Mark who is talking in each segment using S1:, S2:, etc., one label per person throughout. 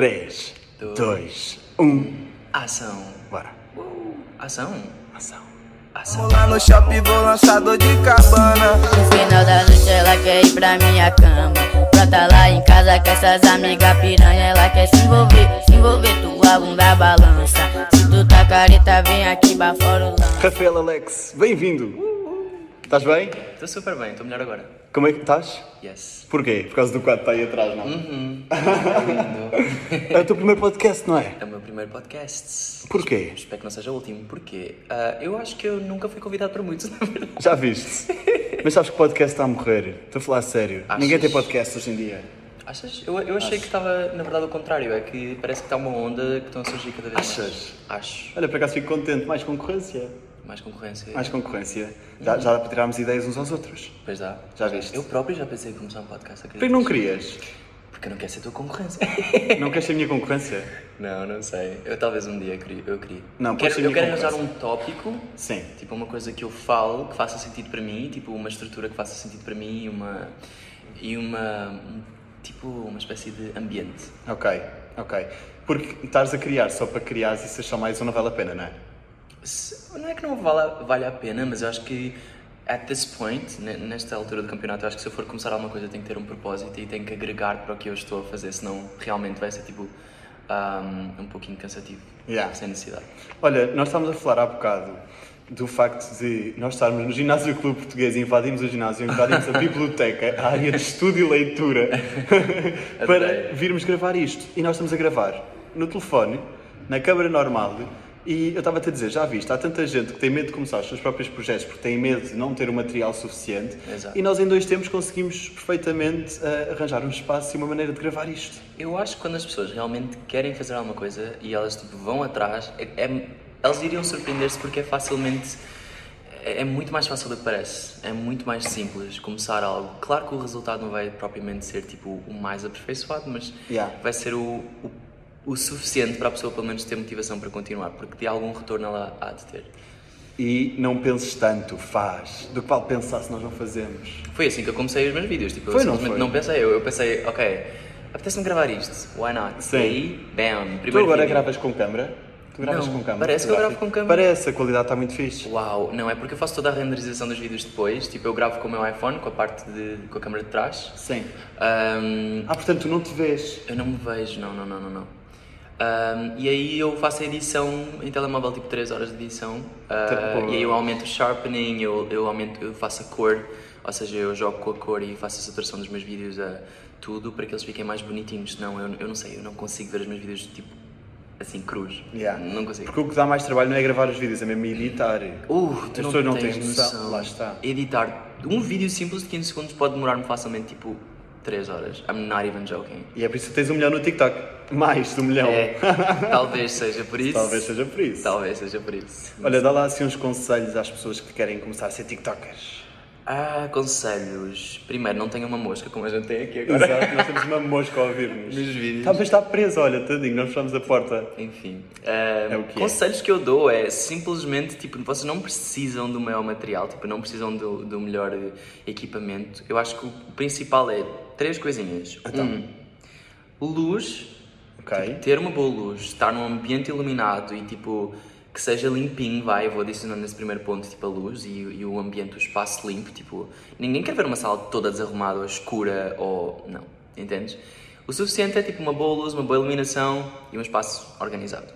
S1: 3, 2, 1,
S2: Ação,
S1: bora.
S2: ação,
S1: Ação.
S2: ação.
S3: Lá no shopping vou lançador de cabana.
S4: No final da noite ela quer ir pra minha cama Pra tá lá em casa com essas amigas piranha Ela quer se envolver, se envolver tua bunda balança Se tu tá careta vem aqui pra fora o lance
S1: Rafael Alex, bem-vindo. Estás bem?
S2: Tô super bem, tô melhor agora.
S1: Como é que estás?
S2: Yes. Tá
S1: Porquê? Por causa do quadro que está aí atrás, não?
S2: Lindo.
S1: É o teu primeiro podcast, não é?
S2: É o meu primeiro podcast.
S1: Porquê?
S2: Espero que não seja o último, porque ah, eu acho que eu nunca fui convidado para muitos, na verdade.
S1: Já viste? Mas sabes que podcast está a morrer? Estou a falar a sério.
S2: Achas?
S1: Ninguém tem podcast hoje em dia.
S2: Achas? Eu, eu achei que estava, na verdade, o contrário. É que parece que está uma onda que estão a surgir cada vez
S1: Achas?
S2: mais. Acho.
S1: Olha, por acaso fico contente. Mais concorrência.
S2: Mais concorrência.
S1: Mais concorrência. Dá- já dá para tirarmos ideias uns aos outros.
S2: Pois dá.
S1: Já viste?
S2: Eu próprio já pensei em começar um podcast,
S1: Porquê
S2: acredito.
S1: que não querias?
S2: Porque eu não quero ser tua concorrência.
S1: Não queres ser a minha concorrência?
S2: não, não sei. Eu talvez um dia queria. Eu queria.
S1: Não, pode
S2: quero,
S1: ser
S2: Eu
S1: minha
S2: quero arranjar um
S1: concorrência.
S2: tópico
S1: Sim.
S2: Tipo, uma coisa que eu falo, que faça sentido para mim, tipo, uma estrutura que faça sentido para mim e uma. e uma. um- tipo, uma espécie de ambiente.
S1: Ok, ok. Porque estás a criar só para criar e se achar mais ou não vale a pena, não é?
S2: Se- não é que não vale, vale a pena, mas eu acho que. At this point, ne- nesta altura do campeonato, eu acho que se eu for começar alguma coisa, eu tenho que ter um propósito e tenho que agregar para o que eu estou a fazer, senão realmente vai ser tipo. Um, um pouquinho cansativo.
S1: Yeah.
S2: Sem necessidade.
S1: Olha, nós estávamos a falar há bocado do facto de nós estarmos no ginásio do Clube Português e invadimos o ginásio, invadimos a biblioteca, a área de estudo e leitura, para
S2: Adorei.
S1: virmos gravar isto. E nós estamos a gravar no telefone, na câmara normal, e eu estava-te a dizer, já viste, há tanta gente que tem medo de começar os seus próprios projetos porque tem medo de não ter o material suficiente,
S2: Exato.
S1: e nós em dois tempos conseguimos perfeitamente ah, arranjar um espaço e uma maneira de gravar isto.
S2: Eu acho que quando as pessoas realmente querem fazer alguma coisa e elas tipo, vão atrás, é, é- elas iriam surpreender-se porque é facilmente. É é muito mais fácil do que parece. É muito mais simples começar algo. Claro que o resultado não vai propriamente ser tipo o mais aperfeiçoado, mas
S1: Yeah.
S2: vai ser o, o, o suficiente para a pessoa pelo menos ter motivação para continuar, porque de algum retorno ela há de ter.
S1: E não penses tanto, faz, do que vale pensar se nós não fazemos.
S2: Foi assim que eu comecei os meus vídeos. Tipo,
S1: Foi,
S2: eu
S1: não
S2: simplesmente
S1: foi?
S2: não pensei. Eu, eu pensei, ok, apetece-me gravar isto, why not?
S1: Sim.
S2: E aí, bam, primeiro
S1: Tu agora é
S2: vídeo.
S1: gravas com câmera? Tu gravas
S2: Não,
S1: com câmera?
S2: parece que eu gravo
S1: fotográfico?
S2: com câmera.
S1: Parece, a qualidade está muito fixe.
S2: Uau, não, é porque eu faço toda a renderização dos vídeos depois. Tipo, eu gravo com o meu iPhone, com a parte de. com a câmera de trás.
S1: Sim.
S2: Ahm,
S1: Ah, portanto, tu não te vês.
S2: eu não me vejo, não, não, não, não, não. Ahm, e aí eu faço a edição em telemóvel, tipo 3 horas de edição. Ah,
S1: Tá bom.
S2: e aí eu aumento o sharpening, eu, eu aumento, eu faço a cor, ou seja, eu jogo com a cor e faço a saturação dos meus vídeos a tudo para que eles fiquem mais bonitinhos. Não, eu, eu não sei, eu não consigo ver os meus vídeos tipo assim cruz.
S1: Yeah.
S2: Não consigo.
S1: Porque o que dá mais trabalho não é gravar os vídeos, é mesmo editar.
S2: Uh,
S1: As
S2: tu
S1: pessoas não
S2: não tens
S1: têm noção.
S2: noção.
S1: Lá está.
S2: Editar um vídeo simples de 15 segundos pode demorar-me facilmente tipo 3 horas. I'm not even joking.
S1: E é por isso que tens um milhão no TikTok. Mais de um milhão.
S2: É, talvez seja por isso.
S1: Talvez seja por isso.
S2: Talvez seja por isso.
S1: Olha, dá lá assim uns conselhos às pessoas que querem começar a ser TikTokers.
S2: Ah, conselhos. Primeiro, não tenha uma mosca como a gente tem aqui agora.
S1: Exato, nós temos uma mosca a ouvir-nos.
S2: Nos vídeos.
S1: Talvez está presa, olha, tadinho, nós fechamos a porta.
S2: Enfim, ah,
S1: É o que é.
S2: conselhos que eu dou é simplesmente, tipo, vocês não precisam do maior material, tipo, não precisam do, do melhor eh, equipamento. Eu acho que o principal é três coisinhas.
S1: Então.
S2: Um, luz,
S1: Ok.
S2: ter uma boa luz, estar num ambiente iluminado e tipo que seja limpinho, vai, eu vou adicionando nesse primeiro ponto, tipo a luz e, e o ambiente, o espaço limpo, tipo, ninguém quer ver uma sala toda desarrumada ou escura ou não, entendes? O suficiente é tipo uma boa luz, uma boa iluminação e um espaço organizado.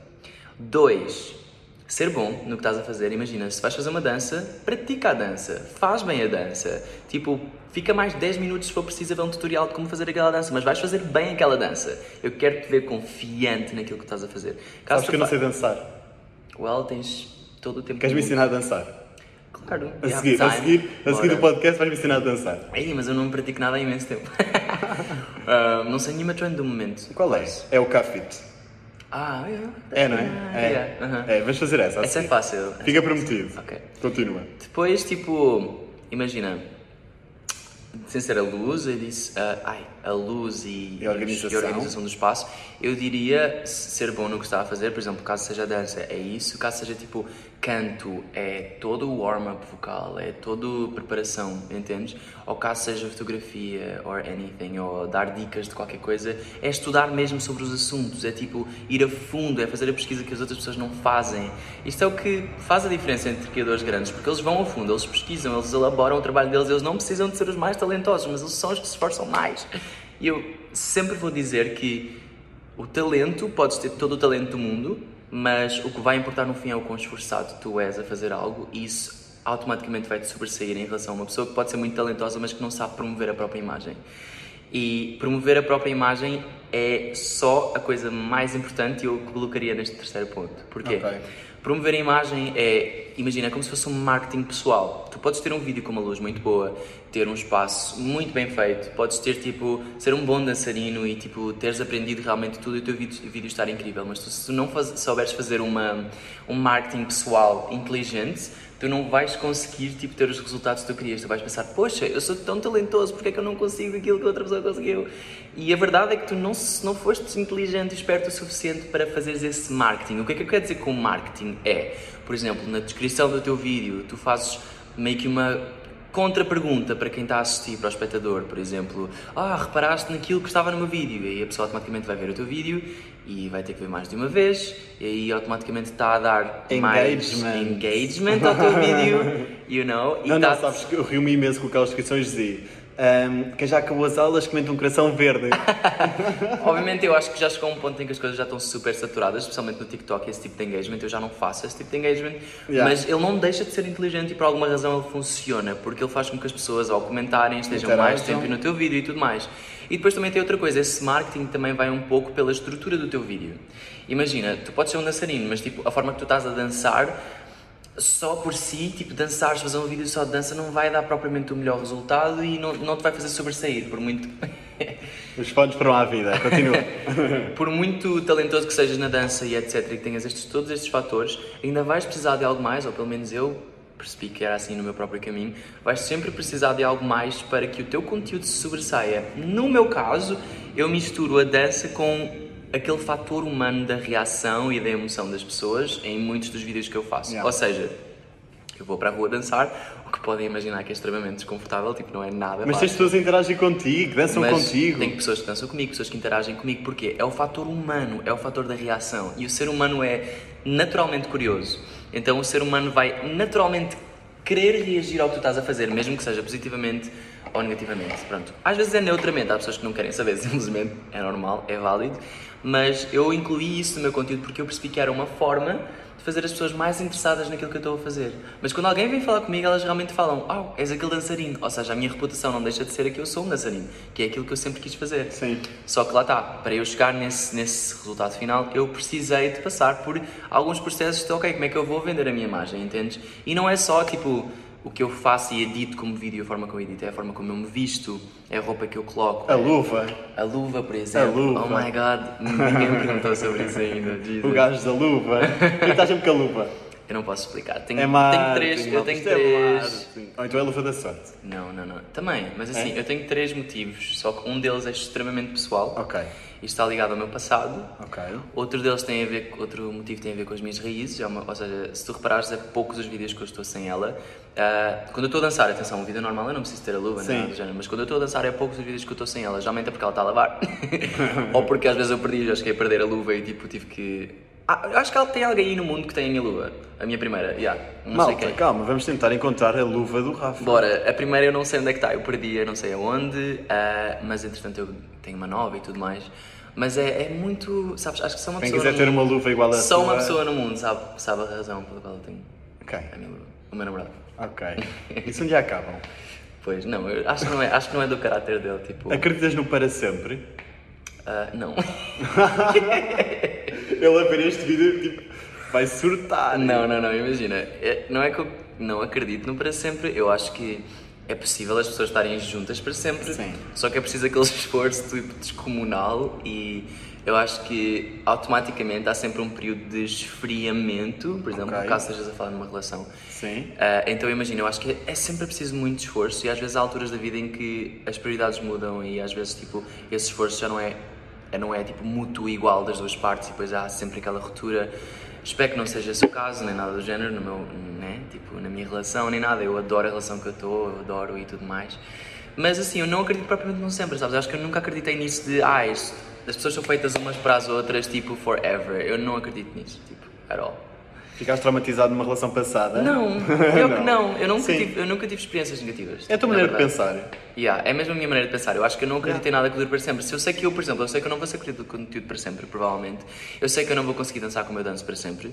S2: Dois, ser bom no que estás a fazer, imagina, se vais fazer uma dança, pratica a dança, faz bem a dança, tipo, fica mais 10 minutos se for preciso a ver um tutorial de como fazer aquela dança, mas vais fazer bem aquela dança. Eu quero te ver confiante naquilo que estás a fazer.
S1: Sabes
S2: Caso tu
S1: que eu não
S2: fa-
S1: sei dançar.
S2: Well, tens todo o tempo.
S1: Queres
S2: do
S1: me
S2: mundo.
S1: ensinar a dançar?
S2: Claro.
S1: A seguir, a seguir, a seguir o podcast vais me ensinar a dançar.
S2: Ei, mas eu não pratico nada há imenso tempo. Ah, não sei nenhuma trend do momento.
S1: Qual é? É o Cafit.
S2: Ah, é.
S1: É, não é?
S2: Ah,
S1: É.
S2: yeah, aham.
S1: É, vamos fazer essa. a
S2: Essa é
S1: seguir.
S2: fácil.
S1: Fica prometido.
S2: Ok.
S1: Continua.
S2: Depois, tipo, imagina, sem ser a luz, eu disse, ah, ai, a luz e,
S1: E a organização.
S2: e a organização do espaço, eu diria ser bom no que está a fazer, por exemplo, caso seja dança, é isso, caso seja tipo canto, é todo o warm-up vocal, é toda preparação, entendes? Ou caso seja fotografia, or anything, ou dar dicas de qualquer coisa, é estudar mesmo sobre os assuntos, é tipo ir a fundo, é fazer a pesquisa que as outras pessoas não fazem. Isto é o que faz a diferença entre criadores grandes, porque eles vão a fundo, eles pesquisam, eles elaboram o trabalho deles, eles não precisam de ser os mais talentosos, mas eles são os que se esforçam mais. E eu sempre vou dizer que o talento, podes ter todo o talento do mundo, mas o que vai importar no fim é o quão esforçado tu és a fazer algo e isso automaticamente vai te sobressair em relação a uma pessoa que pode ser muito talentosa, mas que não sabe promover a própria imagem. E promover a própria imagem é só a coisa mais importante e eu colocaria neste terceiro ponto. Porquê?
S1: Ok.
S2: Promover a imagem é, imagina, é como se fosse um marketing pessoal. Tu podes ter um vídeo com uma luz muito boa, ter um espaço muito bem feito, podes ter, tipo, ser um bom dançarino e, tipo, teres aprendido realmente tudo e o teu vídeo, vídeo estar incrível. Mas tu, se tu não faz, souberes fazer uma, um marketing pessoal inteligente, tu não vais conseguir, tipo, ter os resultados que tu querias. Tu vais pensar, poxa, eu sou tão talentoso, porque é que eu não consigo aquilo que outra pessoa conseguiu? E a verdade é que tu não, se não foste inteligente e esperto o suficiente para fazeres esse marketing. O que é que eu quero dizer com marketing? É, por exemplo, na descrição do teu vídeo, tu fazes meio que uma contra-pergunta para quem está a assistir, para o espectador, por exemplo. Ah, reparaste naquilo que estava no meu vídeo. E aí a pessoa automaticamente vai ver o teu vídeo e vai ter que ver mais de uma vez. E aí automaticamente está a dar mais
S1: Engagement.
S2: engagement ao teu vídeo, you know? E
S1: Não,
S2: tá-
S1: não, sabes que eu rio-me imenso com aquelas descrições de ahm, quem já acabou as aulas comenta um coração verde.
S2: Obviamente eu acho que já chegou a um ponto em que as coisas já estão super saturadas, especialmente no TikTok, esse tipo de engagement, eu já não faço esse tipo de engagement,
S1: Yeah.
S2: mas ele não deixa de ser inteligente e por alguma razão ele funciona, porque ele faz com que as pessoas ao comentarem estejam mais
S1: Interajam.
S2: tempo no teu vídeo e tudo mais. E depois também tem outra coisa, esse marketing também vai um pouco pela estrutura do teu vídeo. Imagina, tu podes ser um dançarino, mas tipo, a forma que tu estás a dançar só por si, tipo, dançares, fazer um vídeo só de dança não vai dar propriamente o melhor resultado e não, não te vai fazer sobressair, por muito
S1: Os fones foram à vida, continua.
S2: por muito talentoso que sejas na dança e etc, e que tenhas estes, todos estes fatores, ainda vais precisar de algo mais, ou pelo menos eu percebi que era assim no meu próprio caminho, vais sempre precisar de algo mais para que o teu conteúdo se sobressaia. No meu caso, eu misturo a dança com aquele fator humano da reação e da emoção das pessoas em muitos dos vídeos que eu faço.
S1: Yeah.
S2: Ou seja, eu vou para a rua dançar, o que podem imaginar que é extremamente desconfortável, tipo, não é nada
S1: Mas
S2: fácil.
S1: as pessoas interagem contigo, dançam
S2: Mas
S1: contigo.
S2: Tem pessoas que dançam comigo, pessoas que interagem comigo, porque é o fator humano, é o fator da reação. E o ser humano é naturalmente curioso. Então o ser humano vai naturalmente querer reagir ao que tu estás a fazer, mesmo que seja positivamente ou negativamente. Pronto. Às vezes é neutramente, há pessoas que não querem saber, simplesmente é normal, é válido. Mas eu incluí isso no meu conteúdo porque eu percebi que era uma forma de fazer as pessoas mais interessadas naquilo que eu estou a fazer. Mas quando alguém vem falar comigo, elas realmente falam: Ah, és aquele dançarino. Ou seja, a minha reputação não deixa de ser a que eu sou um dançarino, que é aquilo que eu sempre quis fazer.
S1: Sim.
S2: Só que lá está, para eu chegar nesse, nesse resultado final, eu precisei de passar por alguns processos de: Ok, como é que eu vou vender a minha imagem, entendes? E não é só tipo. O que eu faço e edito como vídeo, a forma como eu edito, é a forma como eu me visto, é a roupa que eu coloco.
S1: A luva,
S2: A luva, por exemplo.
S1: luva.
S2: Oh my god, ninguém me perguntou sobre isso ainda. Jesus.
S1: o gajo da luva. Por que estás sempre com a luva?
S2: Eu não posso explicar. Tenho,
S1: É mais.
S2: tenho três. Eu tenho três.
S1: é Ou então é a luva da sorte.
S2: Não, não, não. Também, mas assim,
S1: É?
S2: eu tenho três motivos, só que um deles é extremamente pessoal.
S1: Ok.
S2: E está ligado ao meu passado.
S1: Ok.
S2: Outro deles tem a ver, outro motivo tem a ver com as minhas raízes, é uma- ou seja, se tu reparares, é poucos os vídeos que eu estou sem ela. Ah, quando eu estou a dançar, atenção, um vídeo normal eu não preciso ter a luva,
S1: Sim.
S2: nada do género, mas quando eu estou a dançar, é poucos os vídeos que eu estou sem ela. Geralmente é porque ela está a lavar, ou porque às vezes eu perdi, já cheguei a perder a luva e tipo tive que. Ah, eu acho que ela tem alguém aí no mundo que tem a minha luva, a minha primeira, yeah, não sei
S1: Malta,
S2: quem.
S1: calma, vamos tentar encontrar a luva do Rafa.
S2: Bora, a primeira eu não sei onde é que está, eu perdi, eu não sei aonde, ah, mas entretanto eu tenho uma nova e tudo mais. Mas é, é muito, sabes, acho que só uma
S1: Quem
S2: pessoa.
S1: quiser
S2: no
S1: ter
S2: mundo-
S1: uma luva igual a
S2: Só uma
S1: tua-
S2: pessoa no mundo sabe, sabe a razão pela qual eu tenho
S1: Ok,
S2: a minha luva, o meu namorado.
S1: ok. Isso um dia acabam.
S2: Pois, não, eu acho que não é, acho que não é do caráter dele, tipo.
S1: Acreditas no para sempre?
S2: ah, não.
S1: Ele a ver este vídeo, tipo, vai surtar.
S2: Não, não, não, imagina. é- não é que eu não acredito no para sempre. Eu acho que é possível as pessoas estarem juntas para sempre.
S1: Sim.
S2: Só que é preciso aquele esforço tipo, descomunal e eu acho que automaticamente há sempre um período de esfriamento, por exemplo,
S1: Ok.
S2: caso estejas a falar numa relação.
S1: Sim.
S2: Ah, então imagina, eu acho que é sempre preciso muito esforço e às vezes há alturas da vida em que as prioridades mudam e às vezes tipo esse esforço já não é é- não é tipo mútuo igual das duas partes e depois há sempre aquela ruptura Espero que não seja esse o caso, nem nada do género, no meu, né? tipo, na minha relação, nem nada. Eu adoro a relação que eu estou, eu adoro e tudo mais. Mas assim, eu não acredito propriamente num sempre, sabes? Acho que eu nunca acreditei nisso de, ah, isto, as pessoas são feitas umas para as outras, tipo, forever. Eu não acredito nisso, tipo, at all.
S1: Ficaste traumatizado numa relação passada?
S2: Não, eu que não, eu nunca,
S1: Sim.
S2: tive, eu nunca tive experiências negativas.
S1: É a tua
S2: na
S1: maneira de
S2: verdade.
S1: pensar.
S2: Yeah, é mesmo a minha maneira de pensar. Eu acho que eu não acredito em nada que dure para sempre. Se eu sei que eu, por exemplo, eu sei que eu não vou ser criador de conteúdo para sempre, provavelmente. Eu sei que eu não vou conseguir dançar como eu danço para sempre.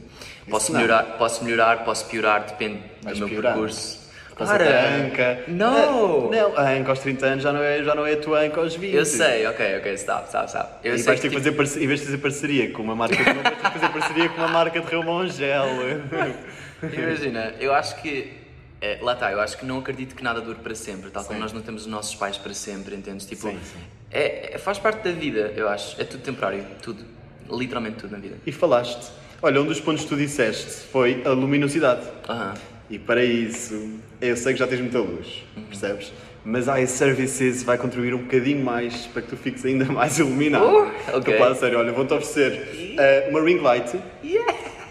S2: Posso
S1: não.
S2: melhorar, posso melhorar, posso piorar, depende
S1: Vais
S2: do meu
S1: piorar.
S2: percurso.
S1: Estás a ter a anca.
S2: Não!
S1: Ah, Não, a anca aos 30 anos já não é, já não é a tua anca aos 20.
S2: Eu sei, ok, ok, stop, stop, stop. Eu
S1: e
S2: sei tipo,
S1: vais ter que fazer, parce- em vez de fazer parceria com uma marca de roupa, vais ter que fazer parceria com uma marca de roupa um gel.
S2: Imagina, eu acho que. é, lá está, eu acho que não acredito que nada dure para sempre, tal como nós não temos os nossos pais para sempre, entendes? Tipo,
S1: Sim, sim.
S2: É, é- faz parte da vida, eu acho. É tudo temporário, tudo. Literalmente tudo na vida.
S1: E falaste. Olha, um dos pontos que tu disseste foi a luminosidade.
S2: Aham.
S1: E para isso, eu sei que já tens muita luz, percebes? Mas a iServices vai contribuir um bocadinho mais para que tu fiques ainda mais iluminado.
S2: Uh, ok.
S1: Estou quase sério, olha, vão-te oferecer eh, uma ring light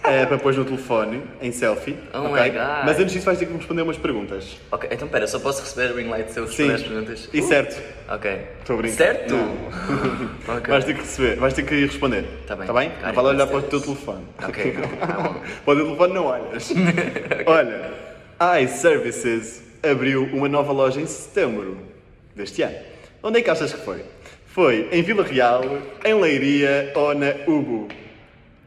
S1: eh, para pôr no telefone, em selfie.
S2: Oh
S1: ok?
S2: my God.
S1: Mas antes disso vais ter que me responder umas perguntas.
S2: Ok, então pera, só posso receber o ring light se eu responder as perguntas?
S1: E
S2: Uh,
S1: certo,
S2: Ok.
S1: Tô a brincar.
S2: Certo? ok.
S1: vais ter que receber, vais ter que responder.
S2: Tá bem.
S1: Tá bem?
S2: Cara,
S1: Não vale olhar
S2: com
S1: para o teu
S2: certeza.
S1: telefone.
S2: Ok, não, tá bom.
S1: Para o teu telefone não olhas. Olha, a iServices abriu uma nova loja em setembro deste ano. Onde é que achas que foi? Foi em Vila Real, em Leiria ou na Ubu?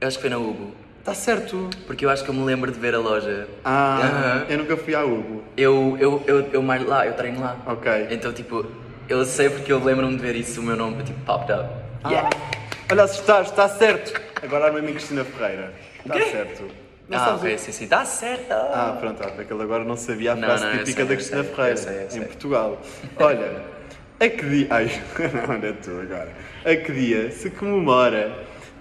S2: Eu acho que foi na Ubo,
S1: Está certo.
S2: porque eu acho que eu me lembro de ver a loja.
S1: Ah,
S2: Aham.
S1: eu nunca fui à Ubu.
S2: Eu, eu, eu, eu malho lá, eu treino lá.
S1: Ok.
S2: Então, tipo, eu sei porque eu lembro-me de ver isso, o meu nome, tipo, popped up. Yeah.
S1: Ah. Olha, assustaste, está certo. Agora arma-me em Cristina Ferreira. Está certo. Não
S2: Ah,
S1: sabes o-
S2: ok, sim, sim, tá certo.
S1: Ah, pronto, ah, porque ele agora não sabia a
S2: Não,
S1: frase
S2: não, eu
S1: típica
S2: sei,
S1: da
S2: eu
S1: Cristina
S2: sei, eu
S1: Ferreira
S2: sei, eu sei.
S1: em Portugal. Olha, a que dia. Ai, não, não é tu agora. A que dia se comemora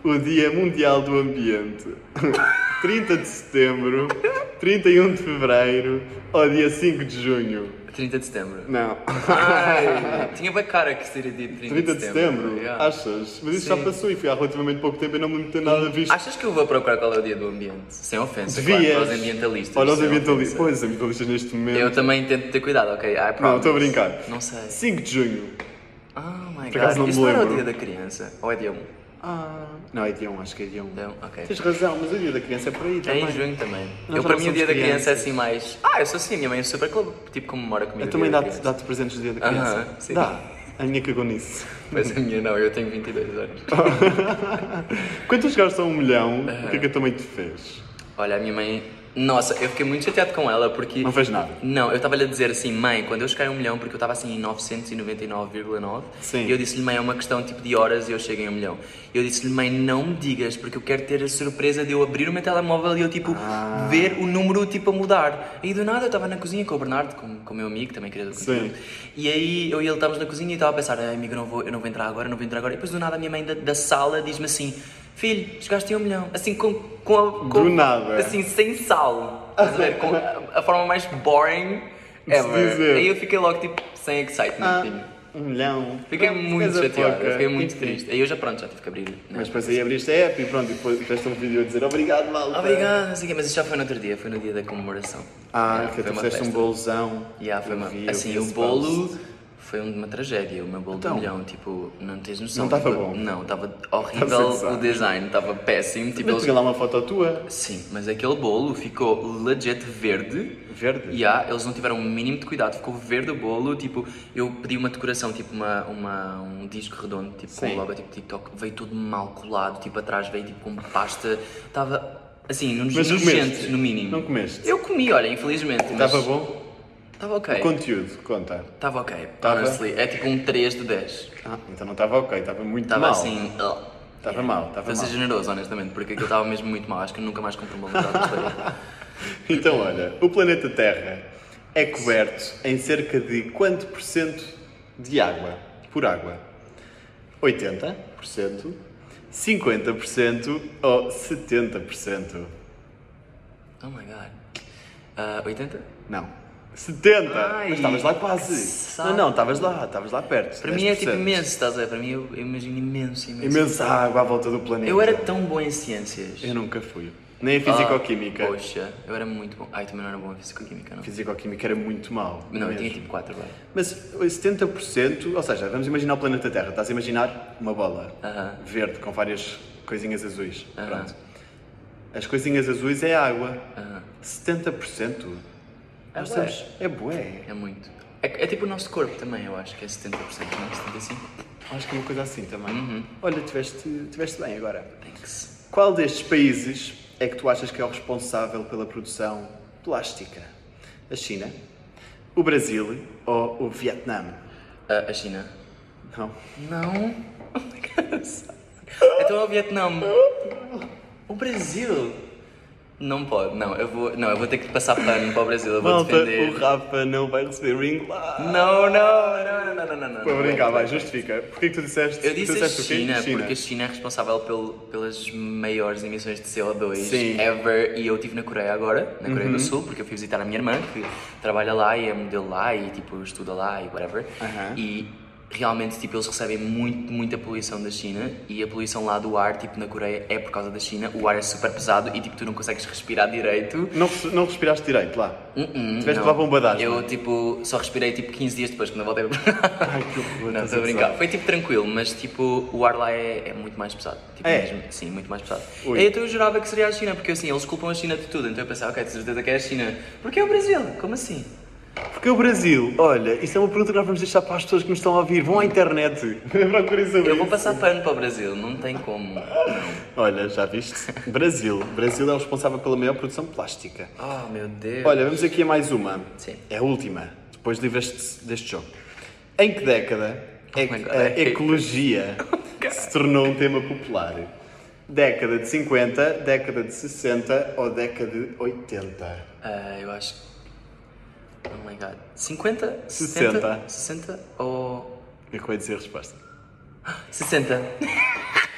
S1: o Dia Mundial do Ambiente? 30 de setembro, 31 de fevereiro ou dia 5 de junho?
S2: 30 Ah, de setembro.
S1: Não.
S2: Ai, tinha bem cara que seria dia 30,
S1: 30 de setembro?
S2: yeah.
S1: Achas? Mas isso já
S2: Sim. Hum,
S1: passou e foi há relativamente pouco tempo e não me lembro de ter nada visto.
S2: Achas que eu vou procurar qual é o dia do ambiente? Sem ofensa,
S1: Devias.
S2: claro, para os ambientalistas. é
S1: Olha, os
S2: sem
S1: ambientalistas.
S2: ofensa.
S1: Pois, os ambientalistas neste momento.
S2: Eu também tento ter cuidado, ok? I
S1: Não,
S2: promise.
S1: estou a brincar.
S2: Não sei.
S1: 5 de junho.
S2: Oh my
S1: Por acaso
S2: god,
S1: não me
S2: isso não era o
S1: lembro.
S2: dia da criança? Ou é dia 1?
S1: Ah, não, é dia 1, acho que é dia 1.
S2: Então, ok.
S1: Tens razão, mas o dia da criança é por aí
S2: É
S1: também.
S2: em junho também.
S1: Nós
S2: eu,
S1: já
S2: para
S1: não
S2: mim, o dia
S1: somos
S2: da criança é
S1: crianças.
S2: assim mais... Ah, eu sou assim, minha mãe é super clube. Tipo, comemora comigo
S1: Eu
S2: o
S1: também
S2: dia da
S1: dá-te
S2: criança.
S1: dá presentes do dia da
S2: Aham,
S1: criança.
S2: sim.
S1: Dá. A minha cagou nisso.
S2: Mas a minha não, eu tenho 22 anos.
S1: Quando tu chegaste a um milhão, o que é que a tua mãe te fez?
S2: Olha, a minha mãe... Nossa, eu fiquei muito chateado com ela porque...
S1: Não fez nada.
S2: Não, eu estava-lhe a dizer assim, mãe, quando eu chegar a um milhão, porque eu estava assim em 999,9,
S1: Sim.
S2: e eu disse-lhe, mãe, é uma questão tipo de horas e eu chego em um milhão. E eu disse-lhe, mãe, não me digas, porque eu quero ter a surpresa de eu abrir o meu telemóvel e eu tipo
S1: Ah.
S2: ver o número tipo a mudar. E do nada eu estava na cozinha com o Bernardo, com, com o meu amigo, também queria do conteúdo. E aí eu e ele estávamos na cozinha e estava a pensar, ai amigo, eu não vou, eu não vou entrar agora, eu não vou entrar agora. E depois do nada a minha mãe da, da sala diz-me assim, filho, chegaste a um milhão. Assim com, com a. Com,
S1: Do nada.
S2: Assim, sem sal. Estás a ver? Com a, a forma mais boring
S1: De se
S2: ever.
S1: dizer.
S2: Aí eu fiquei logo tipo sem excitement. tipo.
S1: um milhão.
S2: Fiquei
S1: Pronto,
S2: muito
S1: coisa
S2: chateado,
S1: pouca.
S2: fiquei muito
S1: Enfim.
S2: triste. Aí eu já pronto, já tive que abrir. né?
S1: Mas depois aí abriste a app e pronto, e depois fizeste um vídeo a dizer obrigado, malta.
S2: Obrigado, não sei o quê, mas isso já foi no outro dia, foi no dia da comemoração.
S1: Ah,
S2: Yeah,
S1: que tu
S2: uma
S1: fizeste um
S2: festa.
S1: bolozão.
S2: Yeah, foi
S1: Eu
S2: uma,
S1: vi, eu
S2: assim,
S1: vi
S2: o
S1: esse
S2: bolo
S1: post.
S2: foi um uma tragédia, o meu bolo
S1: Então.
S2: de milhão, tipo, não tens noção.
S1: Não tava
S2: tipo,
S1: bom.
S2: Não, estava horrível
S1: sensato.
S2: o design, estava péssimo. Tipo,
S1: Mas
S2: eles
S1: tinha lá uma foto tua.
S2: Sim, mas aquele bolo ficou legit verde.
S1: Verde?
S2: E há, eles não tiveram o mínimo de cuidado, ficou verde o bolo. Tipo, eu pedi uma decoração, tipo uma, uma- um disco redondo, tipo com
S1: Sim.
S2: logo tipo TikTok, veio todo mal colado, tipo atrás veio tipo com pasta, estava assim, no-
S1: Mas
S2: nojento
S1: comeste?
S2: no mínimo.
S1: Não comeste?
S2: Eu comi, olha, infelizmente. mas é.
S1: Estava bom?
S2: Estava ok.
S1: Conteúdo, conta.
S2: Estava ok,
S1: Tava?
S2: honestly. É tipo um 3 de 10.
S1: Ah, então não estava ok, estava muito
S2: Estava
S1: mal.
S2: assim. ugh.
S1: Estava mal, estava
S2: Estou a ser
S1: mal.
S2: generoso, honestamente, porque aquilo estava mesmo muito mal. Acho que nunca mais comprei uma lembrança de história.
S1: Então, olha, o planeta Terra é coberto em cerca de quanto por cento de água? Por água? 80%, 50% ou 70%?
S2: Oh my god. Ah, 80?
S1: Não. 70!
S2: Ai,
S1: Mas estavas lá
S2: que
S1: quase.
S2: saco.
S1: Não, não, estavas lá, estavas lá perto.
S2: Para mim é tipo
S1: 10%.
S2: imenso, estás a ver? Para mim eu, eu imagino imenso, imenso.
S1: Imensa água à volta do planeta.
S2: Eu era tão bom em ciências.
S1: Eu nunca fui. Nem a fisicoquímica.
S2: Ah, poxa, eu era muito bom. Ai, também não era bom em fisicoquímica, não.
S1: fisicoquímica era muito mal.
S2: Não, eu tinha tipo 4, vai.
S1: Mas 70%, ou seja, vamos imaginar o planeta Terra. Estás a imaginar uma bola
S2: Aham.
S1: verde com várias coisinhas azuis.
S2: Aham.
S1: Pronto. As coisinhas azuis é água.
S2: Aham.
S1: 70%.
S2: É
S1: Nós
S2: bué.
S1: estamos- É bué.
S2: É muito. É, é tipo o nosso corpo também, eu acho que é 70%, não 75%.
S1: Acho que é uma coisa assim também.
S2: Uhum.
S1: Olha, tiveste, tiveste bem agora.
S2: Thanks.
S1: Qual destes países é que tu achas que é o responsável pela produção plástica? A China, o Brasil ou o Vietnã?
S2: Ah, a China.
S1: Não.
S2: Não. Oh então é o Vietnã. O Brasil. Não pode, não, eu vou, não, eu vou ter que passar pano para o Brasil, eu vou
S1: Malta,
S2: defender.
S1: o Rafa não vai receber o inglado.
S2: Não, não, não, não, não, não, não, não.
S1: Vou brincar,
S2: não,
S1: vai,
S2: não.
S1: justifica. Porquê que tu disseste,
S2: Eu
S1: tu
S2: disse a
S1: disseste o quê?
S2: China, porque a China é responsável pelo- pelas maiores emissões de CO2
S1: Sim. Uhum.
S2: ever. E eu estive na Coreia agora, na Coreia do Sul, porque eu fui visitar a minha irmã que trabalha lá e é modelo lá e tipo estuda lá e whatever.
S1: Aham.
S2: E realmente tipo eles recebem muito, muita poluição da China e a poluição lá do ar, tipo na Coreia, é por causa da China. O ar é super pesado e tipo tu não consegues respirar direito.
S1: Não, res- não respiraste direito lá?
S2: Uh-uh,
S1: Tiveste
S2: não.
S1: lá é? bomba de asma.
S2: Eu tipo só respirei tipo 15 dias depois quando eu voltei para
S1: Ai, que horror. estás
S2: não, estou a
S1: gozar.
S2: brincar. Foi tipo tranquilo, mas tipo, o ar lá é, é muito mais pesado. Tipo,
S1: É?
S2: mesmo- sim, muito mais pesado.
S1: Ui.
S2: E então eu jurava que seria a China, porque assim, eles culpam a China de tudo. Então eu pensava, ok, de certeza que é a China. Porque é o Brasil, como assim?
S1: Porque o Brasil, olha, isso é uma pergunta que nós vamos deixar para as pessoas que nos estão a ouvir. Vão à internet. Procurem saber.
S2: Eu vou passar pano para o Brasil, não tem como.
S1: Olha, já viste? Brasil. Brasil é o responsável pela maior produção plástica.
S2: Oh meu Deus.
S1: Olha, vamos aqui a mais uma.
S2: Sim.
S1: É a última, depois livraste deste jogo. Em que década é
S2: my
S1: que
S2: God.
S1: a ecologia se tornou um tema popular? Década de 50, década de 60 ou década de 80?
S2: Ah, eu acho. Oh my god. 50?
S1: 60.
S2: 60? 60 ou.
S1: Eu acabei de dizer a resposta.
S2: 60.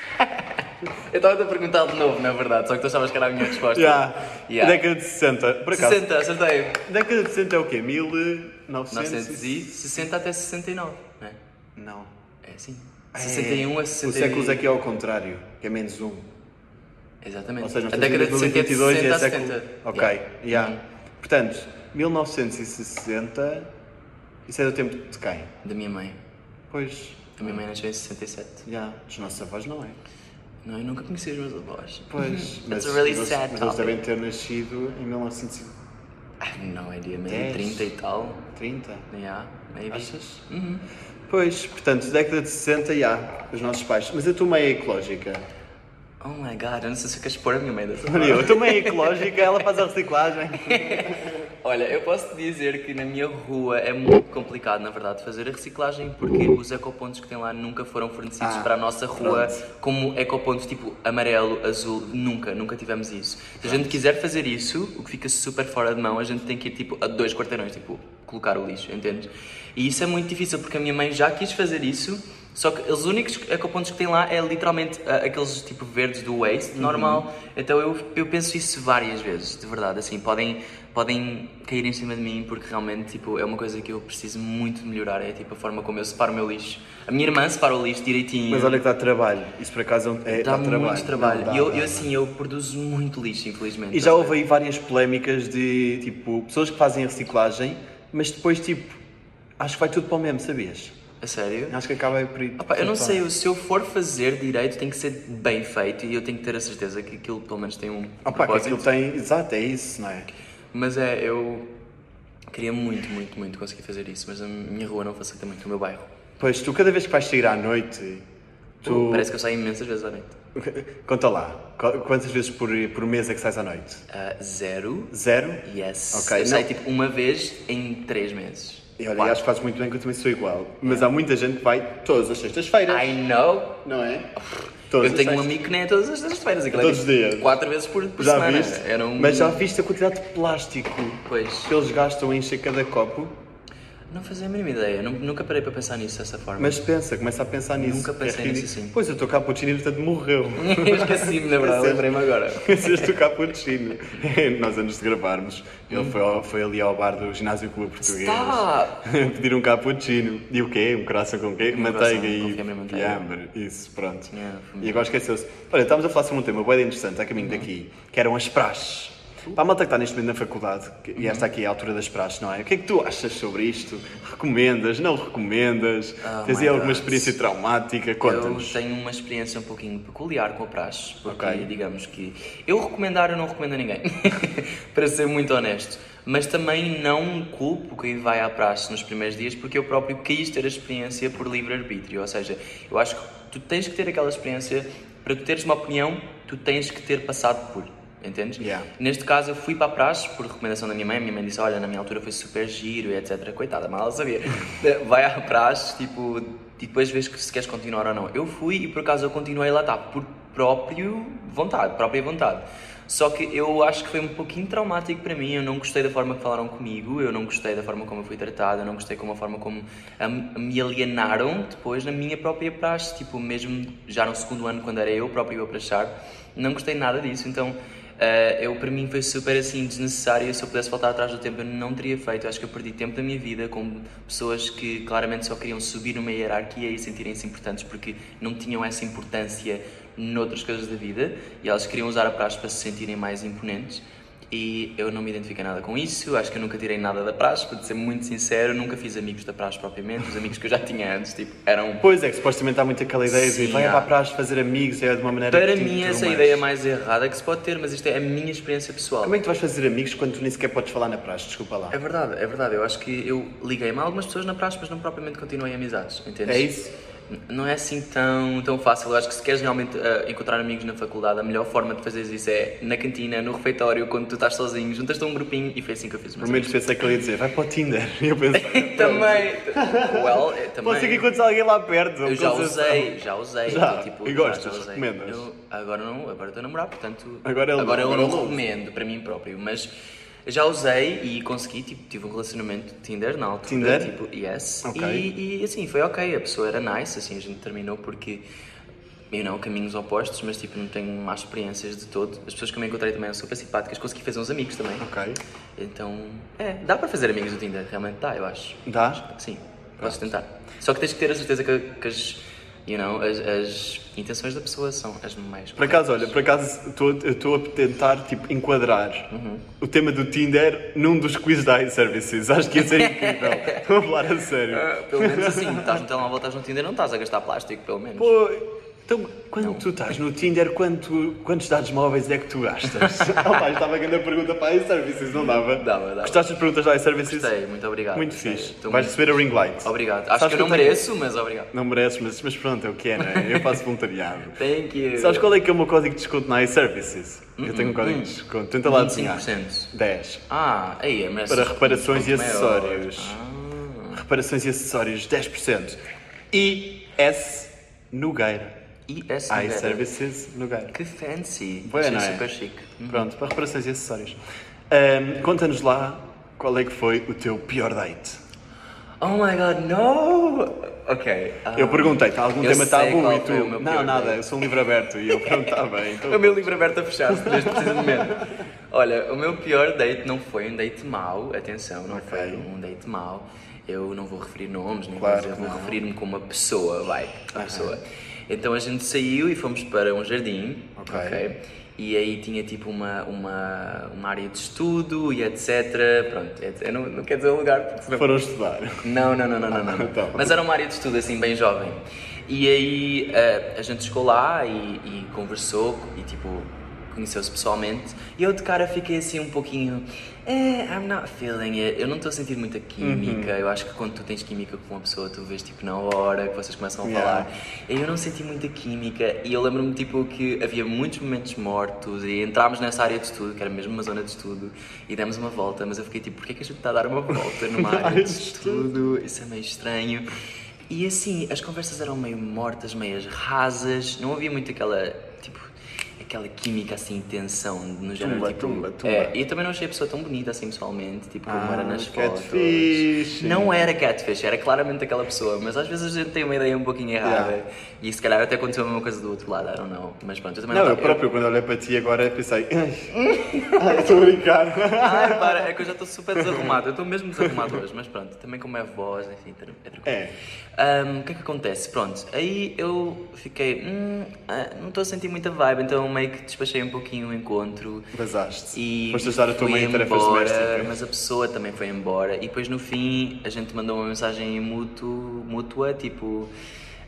S2: eu estava a perguntar de novo, na verdade, só que tu achavas que era a minha resposta.
S1: Já.
S2: Yeah.
S1: Década de 60. Por acaso,
S2: 60, acertei.
S1: década de 60 é o quê? 1900?
S2: 960 até 69, não é?
S1: Não.
S2: É assim. 61 a 60.
S1: O século é que é ao contrário, que é menos um.
S2: Exatamente.
S1: Ou seja, um nós estamos
S2: a
S1: em
S2: década de 60 é de
S1: 2022 e
S2: 60
S1: é
S2: a
S1: século...
S2: 70.
S1: Ok, já.
S2: Uhum.
S1: Portanto, 1960... Isso é do tempo de quem?
S2: Da minha mãe.
S1: Pois,
S2: A minha mãe nasceu em 67.
S1: já, dos nossos avós não é?
S2: Não, eu nunca conheci os meus avós.
S1: Pois, mas,
S2: Uhum. a really
S1: eles,
S2: sad
S1: mas eles
S2: topic.
S1: devem ter nascido em 1930.
S2: Ah, não, é dia
S1: Dez.
S2: meio 30 e tal. Yeah, maybe.
S1: Achas?
S2: Uhum.
S1: Pois, portanto, década de 60, já, os nossos pais. Mas a tua mãe é ecológica?
S2: Oh my god, eu não sei se eu quero expor a minha mãe dessa
S1: Olha, eu, a
S2: forma.
S1: tua mãe é ecológica, ela faz a reciclagem.
S2: Olha, eu posso te dizer que na minha rua é muito complicado, na verdade, fazer a reciclagem porque os ecopontos que tem lá nunca foram fornecidos
S1: Ah,
S2: para a nossa rua
S1: pronto.
S2: como ecopontos tipo amarelo, azul, nunca, nunca tivemos isso. Se a gente quiser fazer isso, o que fica super fora de mão, a gente tem que ir tipo a dois quarteirões, tipo, colocar o lixo, entendes? E isso é muito difícil porque a minha mãe já quis fazer isso, só que os únicos ecopontos que tem lá é literalmente ah, aqueles tipo verdes do waste, normal. Então eu, eu penso isso várias vezes, de verdade, assim, podem, podem cair em cima de mim porque realmente tipo, é uma coisa que eu preciso muito de melhorar, é tipo a forma como eu separo o meu lixo. A minha irmã separa o lixo direitinho
S1: Mas olha que dá trabalho, isso por acaso é um- é,
S2: dá, muito
S1: trabalho.
S2: trabalho.
S1: Não, dá,
S2: e eu,
S1: dá,
S2: eu
S1: dá.
S2: assim, eu produzo muito lixo, infelizmente.
S1: E já
S2: estás a
S1: houve
S2: ver?
S1: aí várias polémicas de tipo pessoas que fazem reciclagem, mas depois tipo acho que vai tudo para o mesmo, sabias?
S2: A sério?
S1: Acho que acaba aí por aí.
S2: Opa, eu não sei, eu- se eu for fazer direito tem que ser bem feito e eu tenho que ter a certeza que aquilo pelo menos tem um
S1: Opa, que
S2: propósito.
S1: aquilo tem. Exato, é isso, não é?
S2: Mas é, eu queria muito, muito, muito conseguir fazer isso, mas a minha rua não facilita muito, o meu bairro.
S1: Pois tu cada vez que vais sair à noite, tu.
S2: Parece que eu saio imensas vezes à noite.
S1: Conta lá, qu- quantas vezes por, por mês é que sais à noite?
S2: Ah, zero,
S1: Zero?
S2: yes.
S1: Ok,
S2: eu saio
S1: não.
S2: tipo uma vez em três meses.
S1: E olha,
S2: Quatro.
S1: acho que fazes muito bem que eu também sou igual. Mas há muita gente que vai todas as sextas-feiras.
S2: I know.
S1: Não é? Todas as
S2: Eu tenho um
S1: sextas-
S2: amigo que nem é todas as sextas-feiras. aquilo é
S1: Todos
S2: tipo
S1: os dias.
S2: Quatro vezes por, por
S1: Já
S2: semana.
S1: viste?
S2: Era um...
S1: Mas já viste a quantidade de plástico
S2: Pois.
S1: que eles gastam a encher cada copo?
S2: Não fazia a mínima ideia, nu- nunca parei para pensar nisso dessa forma.
S1: Mas pensa, começa a pensar nisso. É
S2: Nunca pensei nisso
S1: ridículo.
S2: assim.
S1: Pois, eu estou cappuccino e portanto morreu.
S2: Esqueci-me, na verdade,
S1: Esqueci.
S2: lembrei-me agora.
S1: Fizeste o cappuccino. Nós, antes de gravarmos,
S2: Hum.
S1: ele foi, ao- foi ali ao bar do Ginásio Clube Português
S2: Está!
S1: pedir um cappuccino. E o quê? Um coração com quê? manteiga
S2: coração com
S1: e
S2: fiambre e manteiga.
S1: fiambre. Isso, pronto.
S2: Yeah, foi
S1: e agora esqueceu-se. Olha, estávamos a falar sobre um tema bem interessante, a caminho daqui, que eram as praxes.
S2: Uh.
S1: Para a malta que está neste momento na faculdade, que- e esta aqui é a altura das praxes, não é? O que é que tu achas sobre isto? Recomendas? Não recomendas?
S2: Oh
S1: Tens
S2: my
S1: aí alguma
S2: God.
S1: experiência traumática?
S2: Eu
S1: Conta-nos.
S2: tenho uma experiência um pouquinho peculiar com a praxe, porque
S1: Ok.
S2: digamos que eu recomendar eu não recomendo a ninguém, para ser muito honesto. Mas também não culpo quem vai à praxe nos primeiros dias, porque eu próprio quis ter a experiência por livre-arbítrio. Ou seja, eu acho que tu tens que ter aquela experiência, para tu teres uma opinião, tu tens que ter passado por. Entendes?
S1: Yeah.
S2: Neste caso, eu fui para a praxe por recomendação da minha mãe. A minha mãe disse: Olha, na minha altura foi super giro e etc. Coitada, mal ela sabia. Vai à praxe, tipo, e depois vês que se queres continuar ou não. Eu fui e por acaso eu continuei lá, tá, por próprio vontade, própria vontade. Só que eu acho que foi um pouquinho traumático para mim. Eu não gostei da forma que falaram comigo, eu não gostei da forma como eu fui tratado, eu não gostei como a forma como a- me alienaram depois na minha própria praxe. Tipo, mesmo já no segundo ano, quando era eu próprio a praxar, não gostei nada disso. Então Uh, eu, para mim foi super assim desnecessário. Se eu pudesse voltar atrás do tempo, eu não teria feito. Eu acho que eu perdi tempo da minha vida com pessoas que claramente só queriam subir numa hierarquia e sentirem-se importantes porque não tinham essa importância noutras coisas da vida e elas queriam usar a praxe para se sentirem mais imponentes. E eu não me identifiquei nada com isso, acho que eu nunca tirei nada da praxe, para ser muito sincero, nunca fiz amigos da praxe propriamente, os amigos que eu já tinha antes, tipo, eram
S1: Pois é, que supostamente há muito aquela ideia de
S2: Sim,
S1: vai
S2: há.
S1: para a praxe fazer amigos, é de uma maneira
S2: Para
S1: que te
S2: mim essa é a
S1: enturmas.
S2: ideia mais errada que se pode ter, mas isto é a minha experiência pessoal.
S1: Como é que tu vais fazer amigos quando tu nem sequer podes falar na praxe? Desculpa lá.
S2: É verdade, é verdade. Eu acho que eu liguei-me a algumas pessoas na praxe, mas não propriamente continuei amizades, entendes?
S1: É isso?
S2: N- Não é assim tão, tão fácil. Eu acho que se queres realmente eh, encontrar amigos na faculdade, a melhor forma de fazeres isso é na cantina, no refeitório, quando tu estás sozinho, juntas-te a um grupinho e foi assim que eu fiz. o meu
S1: Pelo menos pensei que ele ia dizer, vai para o Tinder. E eu pensei,
S2: amigo. também. Well, eh, também.
S1: pode ser que encontres alguém lá perto. assim."
S2: Eu já usei, já usei.
S1: Já?
S2: então, tipo,
S1: E
S2: já,
S1: gostas?
S2: já usei.
S1: Recomendas?
S2: Eu- agora não, agora estou a namorar, portanto.
S1: Agora ele não,
S2: agora eu
S1: agora é um ele
S2: não
S1: não.
S2: recomendo para mim próprio, mas já usei e consegui, tipo, tive um relacionamento Tinder na altura.
S1: Tinder?
S2: Tipo, yes.
S1: Ok.
S2: E, e, assim, foi ok, a pessoa era nice, assim, a gente terminou porque. Eu não, caminhos opostos, mas tipo, não tenho más experiências de todo. As pessoas que eu me encontrei também são super simpáticas, consegui fazer uns amigos também.
S1: Ok.
S2: Então, é, dá para fazer amigos do Tinder, realmente dá, eu acho.
S1: Dá?
S2: Sim, posso tentar. Só que tens que ter a certeza que, que as, you know, as, as intenções da pessoa são as mais.
S1: Por acaso, olha, por acaso estou- eu estou a tentar tipo, enquadrar
S2: Uhum.
S1: o tema do Tinder num dos quiz da iServices. Acho que ia ser incrível. Estou a falar a sério.
S2: Pelo menos assim, estás no telemóvel, estás no Tinder, não estás a gastar plástico, pelo menos.
S1: Pô, então, quando tu estás no Tinder, quanto- quantos dados móveis é que tu gastas? oh, pá, estava a grande pergunta para a iServices, não dava?
S2: Dava, dava.
S1: Gostaste das perguntas da iServices?
S2: Gostei, muito obrigado.
S1: Muito
S2: Gostei.
S1: fixe.
S2: Estou
S1: Vais
S2: muito-
S1: receber a ring light.
S2: Obrigado. Acho
S1: Sabes
S2: que eu não
S1: tenho-
S2: mereço, mas obrigado.
S1: Não mereces, mas, mas pronto, é o que é, não é? Eu faço voluntariado.
S2: Thank you.
S1: Sabes qual é que é o meu código de desconto na iServices?
S2: Hum,
S1: Eu tenho um código de desconto. Tenta lá adivinhar.
S2: 25%.
S1: 10.
S2: Ah, aí, merece.
S1: Para reparações e
S2: muito maior. Ah.
S1: acessórios. Reparações e acessórios, 10%. E S Nogueira.
S2: E essa mulher.
S1: iServices Nogueira.
S2: Que fancy.
S1: Boa,
S2: Achei
S1: não é?
S2: super chique.
S1: Pronto, para reparações e acessórios. Ahm, Conta-nos lá qual é que foi o teu pior date.
S2: Oh my god, no! Ok. ah,
S1: Eu perguntei-te, há algum
S2: eu
S1: tema
S2: sei
S1: tabu
S2: qual
S1: e
S2: foi o
S1: tu.
S2: meu
S1: Não,
S2: pior
S1: nada,
S2: date.
S1: eu sou um livro aberto e eu perguntava bem. Então,
S2: O meu livro aberto a fechar-se neste preciso momento. Olha, o meu pior date não foi um date mau, atenção, não
S1: Ok.
S2: foi um date mau. Eu não vou referir nomes, nem
S1: Claro
S2: coisa, eu
S1: que
S2: vou
S1: não.
S2: referir-me com uma pessoa, vai, uma pessoa. Então a gente saiu e fomos para um jardim,
S1: Ok.
S2: ok? E aí tinha tipo uma, uma, uma área de estudo e etc. Pronto, et- eu não, não quero dizer o lugar porque senão
S1: Foram estudar.
S2: não, não, não, não, não. não.
S1: Então.
S2: Mas era uma área de estudo assim, bem jovem. E aí eh, a gente chegou lá e, e conversou e tipo conheceu-se pessoalmente. E eu de cara fiquei assim um pouquinho. Eh, I'm not feeling it. Eu não estou a sentir muita química. Eu acho que quando tu tens química com uma pessoa, tu vês tipo na hora que vocês começam a
S1: Yeah.
S2: falar. Eu não senti muita química e eu lembro-me tipo que havia muitos momentos mortos e entrámos nessa área de estudo, que era mesmo uma zona de estudo, e demos uma volta, mas eu fiquei tipo, porquê é que a gente está a dar uma volta numa área de estudo? Isso é meio estranho. E assim, as conversas eram meio mortas, meias rasas, não havia muito aquela, tipo, aquela química assim, tensão no género.
S1: Tumba,
S2: tipo,
S1: tumba, tumba. Ah,
S2: É, e eu também não achei a pessoa tão bonita assim pessoalmente, tipo, como era nas fotos.
S1: catfish.
S2: Não é. era catfish, era claramente aquela pessoa, mas às vezes a gente tem uma ideia um pouquinho errada.
S1: Yeah.
S2: E se calhar até aconteceu a mesma coisa do outro lado, I don't know. Mas pronto, eu também
S1: Não,
S2: não
S1: eu próprio quando olhei para ti agora é pensei. Ai, ai, estou a brincar.
S2: Ai, para, é que eu já estou super desarrumado. Eu estou mesmo desarrumado hoje, mas pronto, também como é voz, enfim, tra- é tranquilo.
S1: É.
S2: Ahm, o que é que acontece? Pronto, aí eu fiquei, hum, ah, não estou a sentir muita vibe, então meio que despachei um pouquinho o encontro.
S1: Vazaste.
S2: E
S1: Foste ajudar a tipo, tua
S2: fui
S1: mãe em tarefas
S2: embora,
S1: domésticas.
S2: Mas a pessoa também foi embora. E depois no fim a gente mandou uma mensagem mútu, mútua, tipo,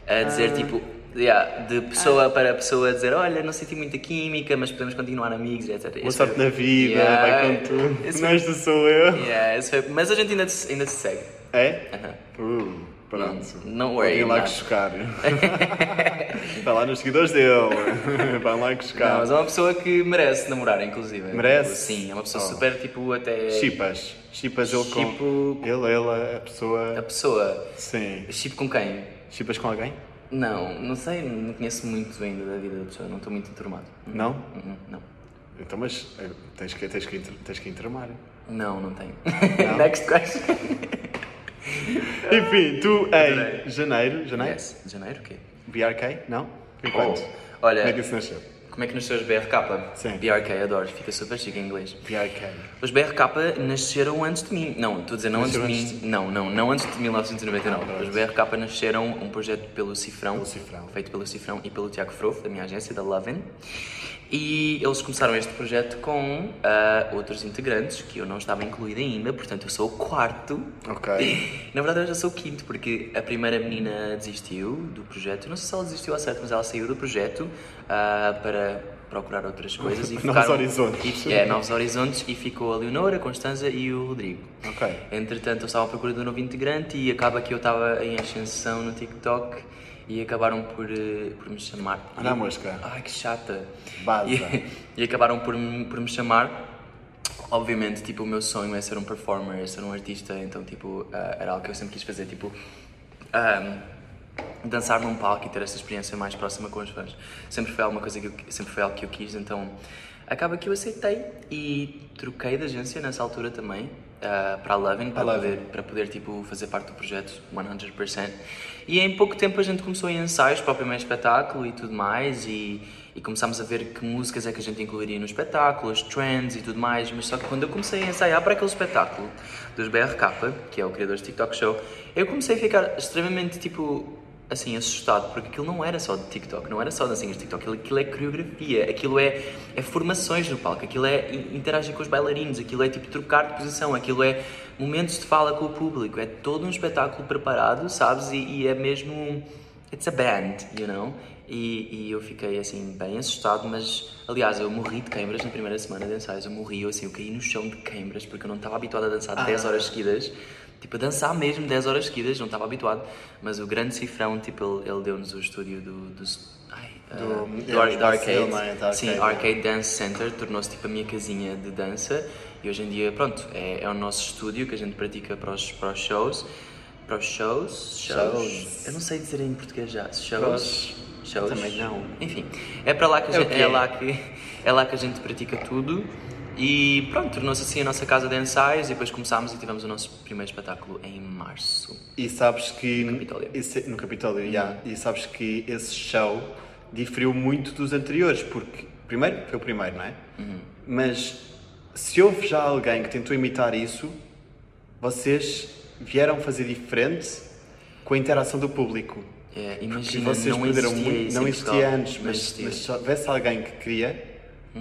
S2: a
S1: Ah.
S2: dizer tipo. yeah, de pessoa para pessoa a dizer, olha, não senti muita química, mas podemos continuar amigos, etc.
S1: Boa
S2: Esse
S1: sorte
S2: foi-
S1: na vida,
S2: Yeah,
S1: vai com tudo.
S2: esse
S1: Não
S2: foi-
S1: este sou eu.
S2: Yeah, esse foi- Mas a gente ainda se, ainda se segue.
S1: É?
S2: Aham.
S1: Uh, pronto.
S2: Não- não worry,
S1: Vem lá
S2: não.
S1: que chocar. Vai lá nos seguidores dele. Vai lá que
S2: Não,
S1: chocar.
S2: mas é uma pessoa que merece namorar, inclusive.
S1: Merece?
S2: Sim, é uma pessoa
S1: Oh.
S2: super, tipo, até...
S1: Chipas. Chipas ele com.
S2: Chipo-
S1: Ele, ela, a
S2: A
S1: pessoa.
S2: pessoa...
S1: Sim.
S2: Chip com quem?
S1: Chipas com alguém?
S2: Não, não sei, não conheço muito ainda da vida da pessoa, não estou muito enturmado.
S1: Não?
S2: Uhum, Não,
S1: Então, mas eh, tens que, tens que, inter- tens que entramar.
S2: não, não tenho. Next question.
S1: Enfim, tu em janeiro, janeiro?
S2: Yes. Janeiro o quê?
S1: BRK? Não? Enquanto?
S2: Oh, olha-
S1: Como é que isso nasceu?
S2: Como é que nasceu os BRK?
S1: Sim.
S2: BRK, adoro, fica super chique em inglês.
S1: BRK.
S2: Os BRK nasceram antes de mim. Não, estou a dizer não antes de
S1: Nasceram
S2: mim.
S1: antes
S2: Não, não, não antes de 1999. Os BRK nasceram um projeto pelo Cifrão,
S1: Pelo Cifrão.
S2: feito pelo Cifrão e pelo Tiago Frovo, da minha agência, da Lovin. E eles começaram este projeto com ah, outros integrantes, que eu não estava incluída ainda, portanto eu sou o quarto.
S1: Ok.
S2: Na verdade, eu já sou o quinto, porque a primeira menina desistiu do projeto. Não sei se ela desistiu ao certo, mas ela saiu do projeto ah, para procurar outras coisas. e
S1: Novos
S2: ficaram-
S1: horizontes.
S2: E, é, Novos Horizontes. E ficou a Leonora, a Constanza e o Rodrigo.
S1: Ok.
S2: Entretanto, eu estava à procura de um novo integrante e acaba que eu estava em ascensão no TikTok e acabaram por, eh, por me chamar.
S1: Olha a mosca.
S2: Ai, que chata.
S1: Vaza.
S2: E, e acabaram por me, por me chamar. Obviamente, tipo, o meu sonho é ser um performer, é ser um artista, então, tipo, ah, era algo que eu sempre quis fazer, tipo, ahm, dançar num palco e ter essa experiência mais próxima com os fãs. Sempre foi alguma coisa que eu, sempre foi algo que eu quis, então acaba que eu aceitei e troquei de agência nessa altura também, ah, para a Lovin, para
S1: Lovin.
S2: poder para poder tipo fazer parte do projeto 100%. E em pouco tempo a gente começou em ensaios para o primeiro espetáculo e tudo mais e, e começámos a ver que músicas é que a gente incluiria no espetáculo, as trends e tudo mais, mas só que quando eu comecei a ensaiar para aquele espetáculo dos BRK, que é o criador do TikTok Show, eu comecei a ficar extremamente tipo assim, assustado, porque aquilo não era só de TikTok, não era só dancinhas de TikTok, aquilo, aquilo é coreografia, aquilo é, é formações no palco, aquilo é in- interagir com os bailarinos, aquilo é tipo trocar de posição, aquilo é momentos de fala com o público, é todo um espetáculo preparado, sabes? E, e é mesmo. It's a band, you know? E, e eu fiquei assim, bem assustado, mas aliás, eu morri de queimbras na primeira semana de ensaios, eu morri, eu, assim, eu caí no chão de queimbras porque eu não estava habituado a dançar 10
S1: Ah.
S2: horas seguidas. Tipo, a dançar mesmo 10 horas seguidas, não estava habituado. Mas o grande cifrão, tipo, ele, ele deu-nos o estúdio do. do ai,
S1: Do-
S2: ah,
S1: é,
S2: do ar-
S1: do
S2: da arcade.
S1: cinema, é, da
S2: Sim,
S1: arcade,
S2: Arcade Dance Center tornou-se tipo a minha casinha de dança. E hoje em dia, pronto, é, é o nosso estúdio que a gente pratica para os, para os shows. Para os shows, shows.
S1: Shows.
S2: Eu não sei dizer em português já.
S1: Shows.
S2: Shows. Shows.
S1: Também não.
S2: Enfim, é para lá que a
S1: É o
S2: gente,
S1: quê?
S2: é lá que é lá que a gente pratica tudo. E pronto, tornou-se assim a nossa casa de ensaios e depois começámos e tivemos o nosso primeiro espetáculo em março.
S1: E sabes que. No
S2: Capitólio.
S1: Esse, no Capitólio, yeah. E sabes que esse show diferiu muito dos anteriores, porque. Primeiro, foi o primeiro, não é?
S2: Uhum.
S1: Mas se houve já alguém que tentou imitar isso, vocês vieram fazer diferente com a interação do público.
S2: É,
S1: Que
S2: imagina,
S1: vocês
S2: não
S1: perderam
S2: existia
S1: muito.
S2: isso
S1: Não
S2: em
S1: existia
S2: Portugal.
S1: antes,
S2: Não
S1: mas,
S2: existia. Uhum.
S1: mas se houvesse alguém que queria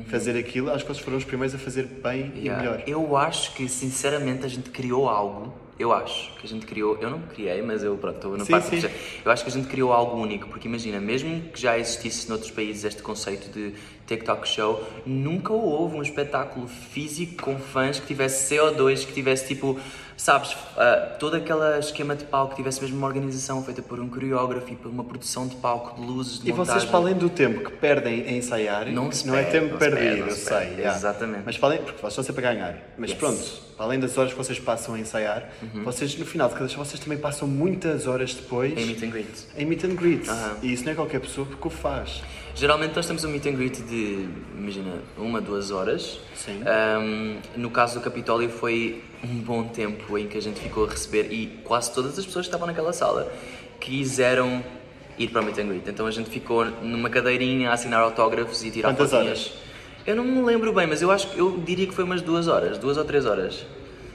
S1: fazer aquilo, acho que eles foram os primeiros a fazer bem
S2: Yeah.
S1: e melhor.
S2: Eu acho que, sinceramente, a gente criou algo. Eu acho que a gente criou. Eu não criei, mas eu, pronto, estou na
S1: Sim,
S2: parte
S1: sim.
S2: do projeto. Eu acho que a gente criou algo único, porque imagina, mesmo que já existisse noutros países este conceito de TikTok show, nunca houve um espetáculo físico com fãs que tivesse CO2, que tivesse tipo, sabes, ah, todo aquele esquema de palco, que tivesse mesmo uma organização feita por um coreógrafo e por uma produção de palco, de luzes, de
S1: E vocês,
S2: montagem.
S1: para além do tempo que perdem a ensaiar,
S2: Não se
S1: é
S2: perde,
S1: tempo
S2: não se
S1: perdido,
S2: perde, não
S1: eu
S2: se
S1: sei.
S2: perde,
S1: yeah.
S2: exatamente.
S1: Mas falem, porque vocês estão sempre a ganhar. Mas
S2: Yes. Uhum.
S1: pronto, para além das horas que vocês passam a ensaiar, vocês no final de cada show, vocês também passam muitas horas depois
S2: Em meet and greet.
S1: em meet and greets.
S2: Aham.
S1: E isso não é qualquer pessoa que o faz.
S2: Geralmente nós temos um meet and greet de, imagina, uma, duas horas.
S5: Sim.
S2: Ahm, no caso do Capitólio foi um bom tempo em que a gente ficou a receber e quase todas as pessoas que estavam naquela sala quiseram ir para o meet and greet. Então a gente ficou numa cadeirinha a assinar autógrafos e tirar
S1: Quantas
S2: fotinhas. Eu não me lembro bem, mas eu acho que eu diria que foi umas duas horas, duas ou três horas.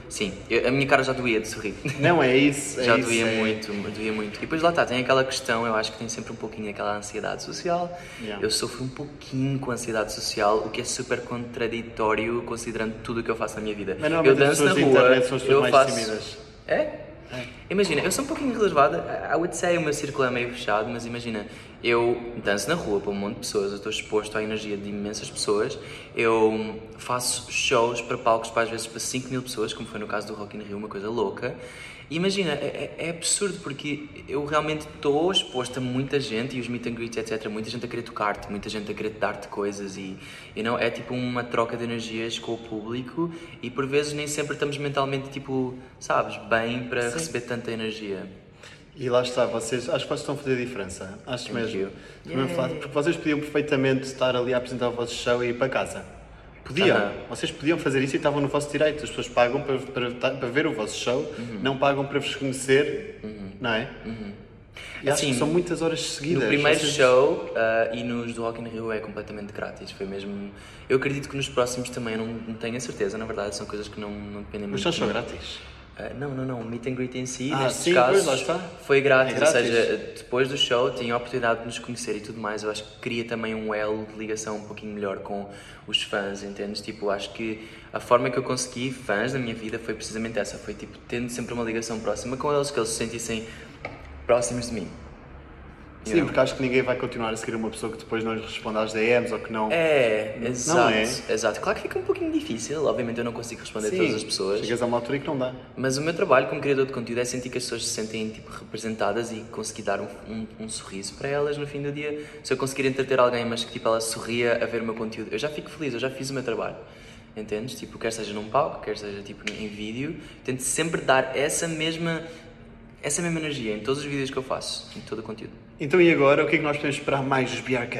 S2: Sim, eu- a minha cara já doía de sorrir.
S1: Não, é isso. é
S2: Já
S1: isso,
S2: doía
S1: é-
S2: muito, doía muito. E depois lá está, tem aquela questão, eu acho que tem sempre um pouquinho aquela ansiedade social.
S1: Yeah.
S2: Eu sofro um pouquinho com ansiedade social, o que é super contraditório considerando tudo o que eu faço na minha vida.
S1: Mas
S2: eu
S1: normalmente as
S2: danço na
S1: pessoas da
S2: rua,
S1: internet são as pessoas mais
S2: eu faço...
S1: tímidas.
S2: É? Imagina, eu sou um pouquinho reservada, I would say o meu círculo é meio fechado, mas imagina, eu danço na rua para um monte de pessoas, eu estou exposto à energia de imensas pessoas, eu faço shows para palcos para às vezes para 5 mil pessoas, como foi no caso do Rock in Rio, uma coisa louca. E imagina, é, é é absurdo porque eu realmente estou exposto a muita gente e os meet and greets, etc. Muita gente a querer tocar-te, muita gente a querer dar-te coisas e, e não, é tipo uma troca de energias com o público e por vezes nem sempre estamos mentalmente, tipo, sabes, bem para receber tanta energia.
S1: E lá está, vocês, acho que vocês estão a fazer diferença. Acho mesmo.
S2: you.
S1: Estou mesmo a falar, porque vocês podiam perfeitamente estar ali a apresentar o vosso show e ir para casa. Podiam.
S2: Aham.
S1: Vocês podiam fazer isso e estavam no vosso direito. As pessoas pagam para, para, ta- para ver o vosso show, não pagam para vos conhecer, não é? E acho
S2: Assim,
S1: que são muitas horas seguidas.
S2: No primeiro
S1: Vocês-
S2: show ah, e nos do Rock in Rio é completamente grátis, foi mesmo... Eu acredito que nos próximos também, eu não, não tenho a certeza, na verdade, são coisas que não, não dependem
S1: Os
S2: muito
S1: shows
S2: de
S1: são
S2: mim.
S1: grátis.
S2: Uh, não, não, não. O meet and greet em si,
S1: Ah,
S2: nestes
S1: sim,
S2: casos,
S1: pois, lá está.
S2: foi grátis,
S1: É grátis.
S2: Ou seja, depois do show tinha a oportunidade de nos conhecer e tudo mais. Eu acho que cria também um elo de ligação um pouquinho melhor com os fãs, entendes? Tipo, acho que a forma que eu consegui fãs na minha vida foi precisamente essa. Foi, tipo, tendo sempre uma ligação próxima com eles, que eles se sentissem próximos de mim.
S1: Sim, porque acho que ninguém vai continuar a seguir uma pessoa que depois não lhes responde às DMs ou que não.
S2: É, exato.
S1: é?
S2: Exato. Claro que fica um pouquinho difícil. Obviamente eu não consigo responder a
S1: Sim,
S2: todas as pessoas.
S1: Chegas a uma altura em que não dá.
S2: Mas o meu trabalho como criador de conteúdo é sentir que as pessoas se sentem tipo, representadas e conseguir dar um, um- um sorriso para elas no fim do dia. Se eu conseguir entreter alguém, mas que tipo, ela sorria a ver o meu conteúdo, eu já fico feliz, eu já fiz o meu trabalho. Entendes? Tipo, quer seja num palco, quer seja tipo, em vídeo, tento sempre dar essa mesma, essa mesma energia em todos os vídeos que eu faço, em todo o conteúdo.
S1: Então e agora, o que é que nós podemos esperar mais dos BRK?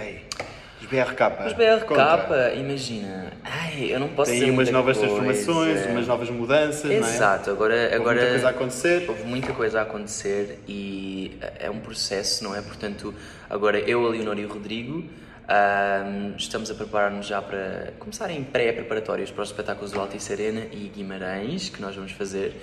S1: Dos BRK?
S2: Mas
S1: Conta.
S2: BRK, imagina, ai, eu não posso
S1: Tem
S2: dizer
S1: umas
S2: muita
S1: novas
S2: coisa. é.
S1: transformações, umas novas mudanças, não é?
S2: Exato, agora. agora
S1: muita coisa a acontecer.
S2: Houve muita coisa a acontecer e é um processo, não é? Portanto, agora eu, a Leonor e o Rodrigo ahm, estamos a preparar-nos já para começarem pré-preparatórios para os espetáculos do Alta e Serena e Guimarães, que nós vamos fazer.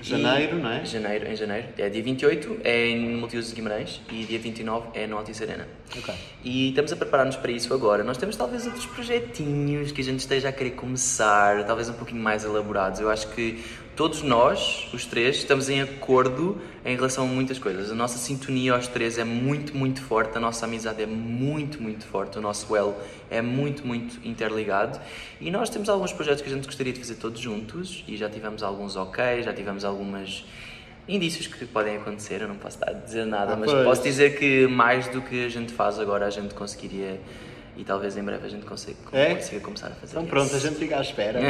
S1: Janeiro,
S2: E-
S1: não é?
S2: Janeiro, em janeiro. É dia 28 é em Multiuso de Guimarães e dia 29 é no Alta e Serena.
S1: Ok.
S2: E estamos a preparar-nos para isso agora. Nós temos talvez outros projetinhos que a gente esteja a querer começar, talvez um pouquinho mais elaborados. Eu acho que todos nós, os três, estamos em acordo em relação a muitas coisas. A nossa sintonia aos três é muito, muito forte, a nossa amizade é muito, muito forte, o nosso elo é muito, muito interligado. E nós temos alguns projetos que a gente gostaria de fazer todos juntos e já tivemos alguns ok, já tivemos algumas. Indícios que podem acontecer, eu não posso dar- dizer nada,
S1: Ah,
S2: mas
S1: pois.
S2: posso dizer que mais do que a gente faz agora, a gente conseguiria e talvez em breve a gente consiga,
S1: É?
S2: consiga começar a fazer
S1: Então
S2: isso.
S1: pronto, a gente fica à espera.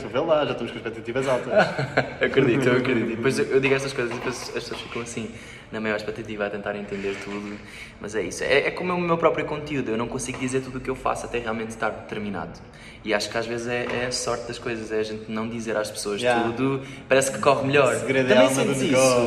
S1: tu vê lá, já estamos com expectativas altas.
S2: acredito, eu acredito. E Depois eu, eu digo estas coisas e depois as pessoas ficam assim, na maior expectativa, a tentar entender tudo. Mas é isso. É, é como é o meu próprio conteúdo. Eu não consigo dizer tudo o que eu faço até realmente estar determinado. E acho que às vezes é, é a sorte das coisas, é a gente não dizer às pessoas
S1: Yeah.
S2: tudo, parece que corre melhor.
S1: O segredo é a
S2: Também
S1: alma do
S2: sentes isso.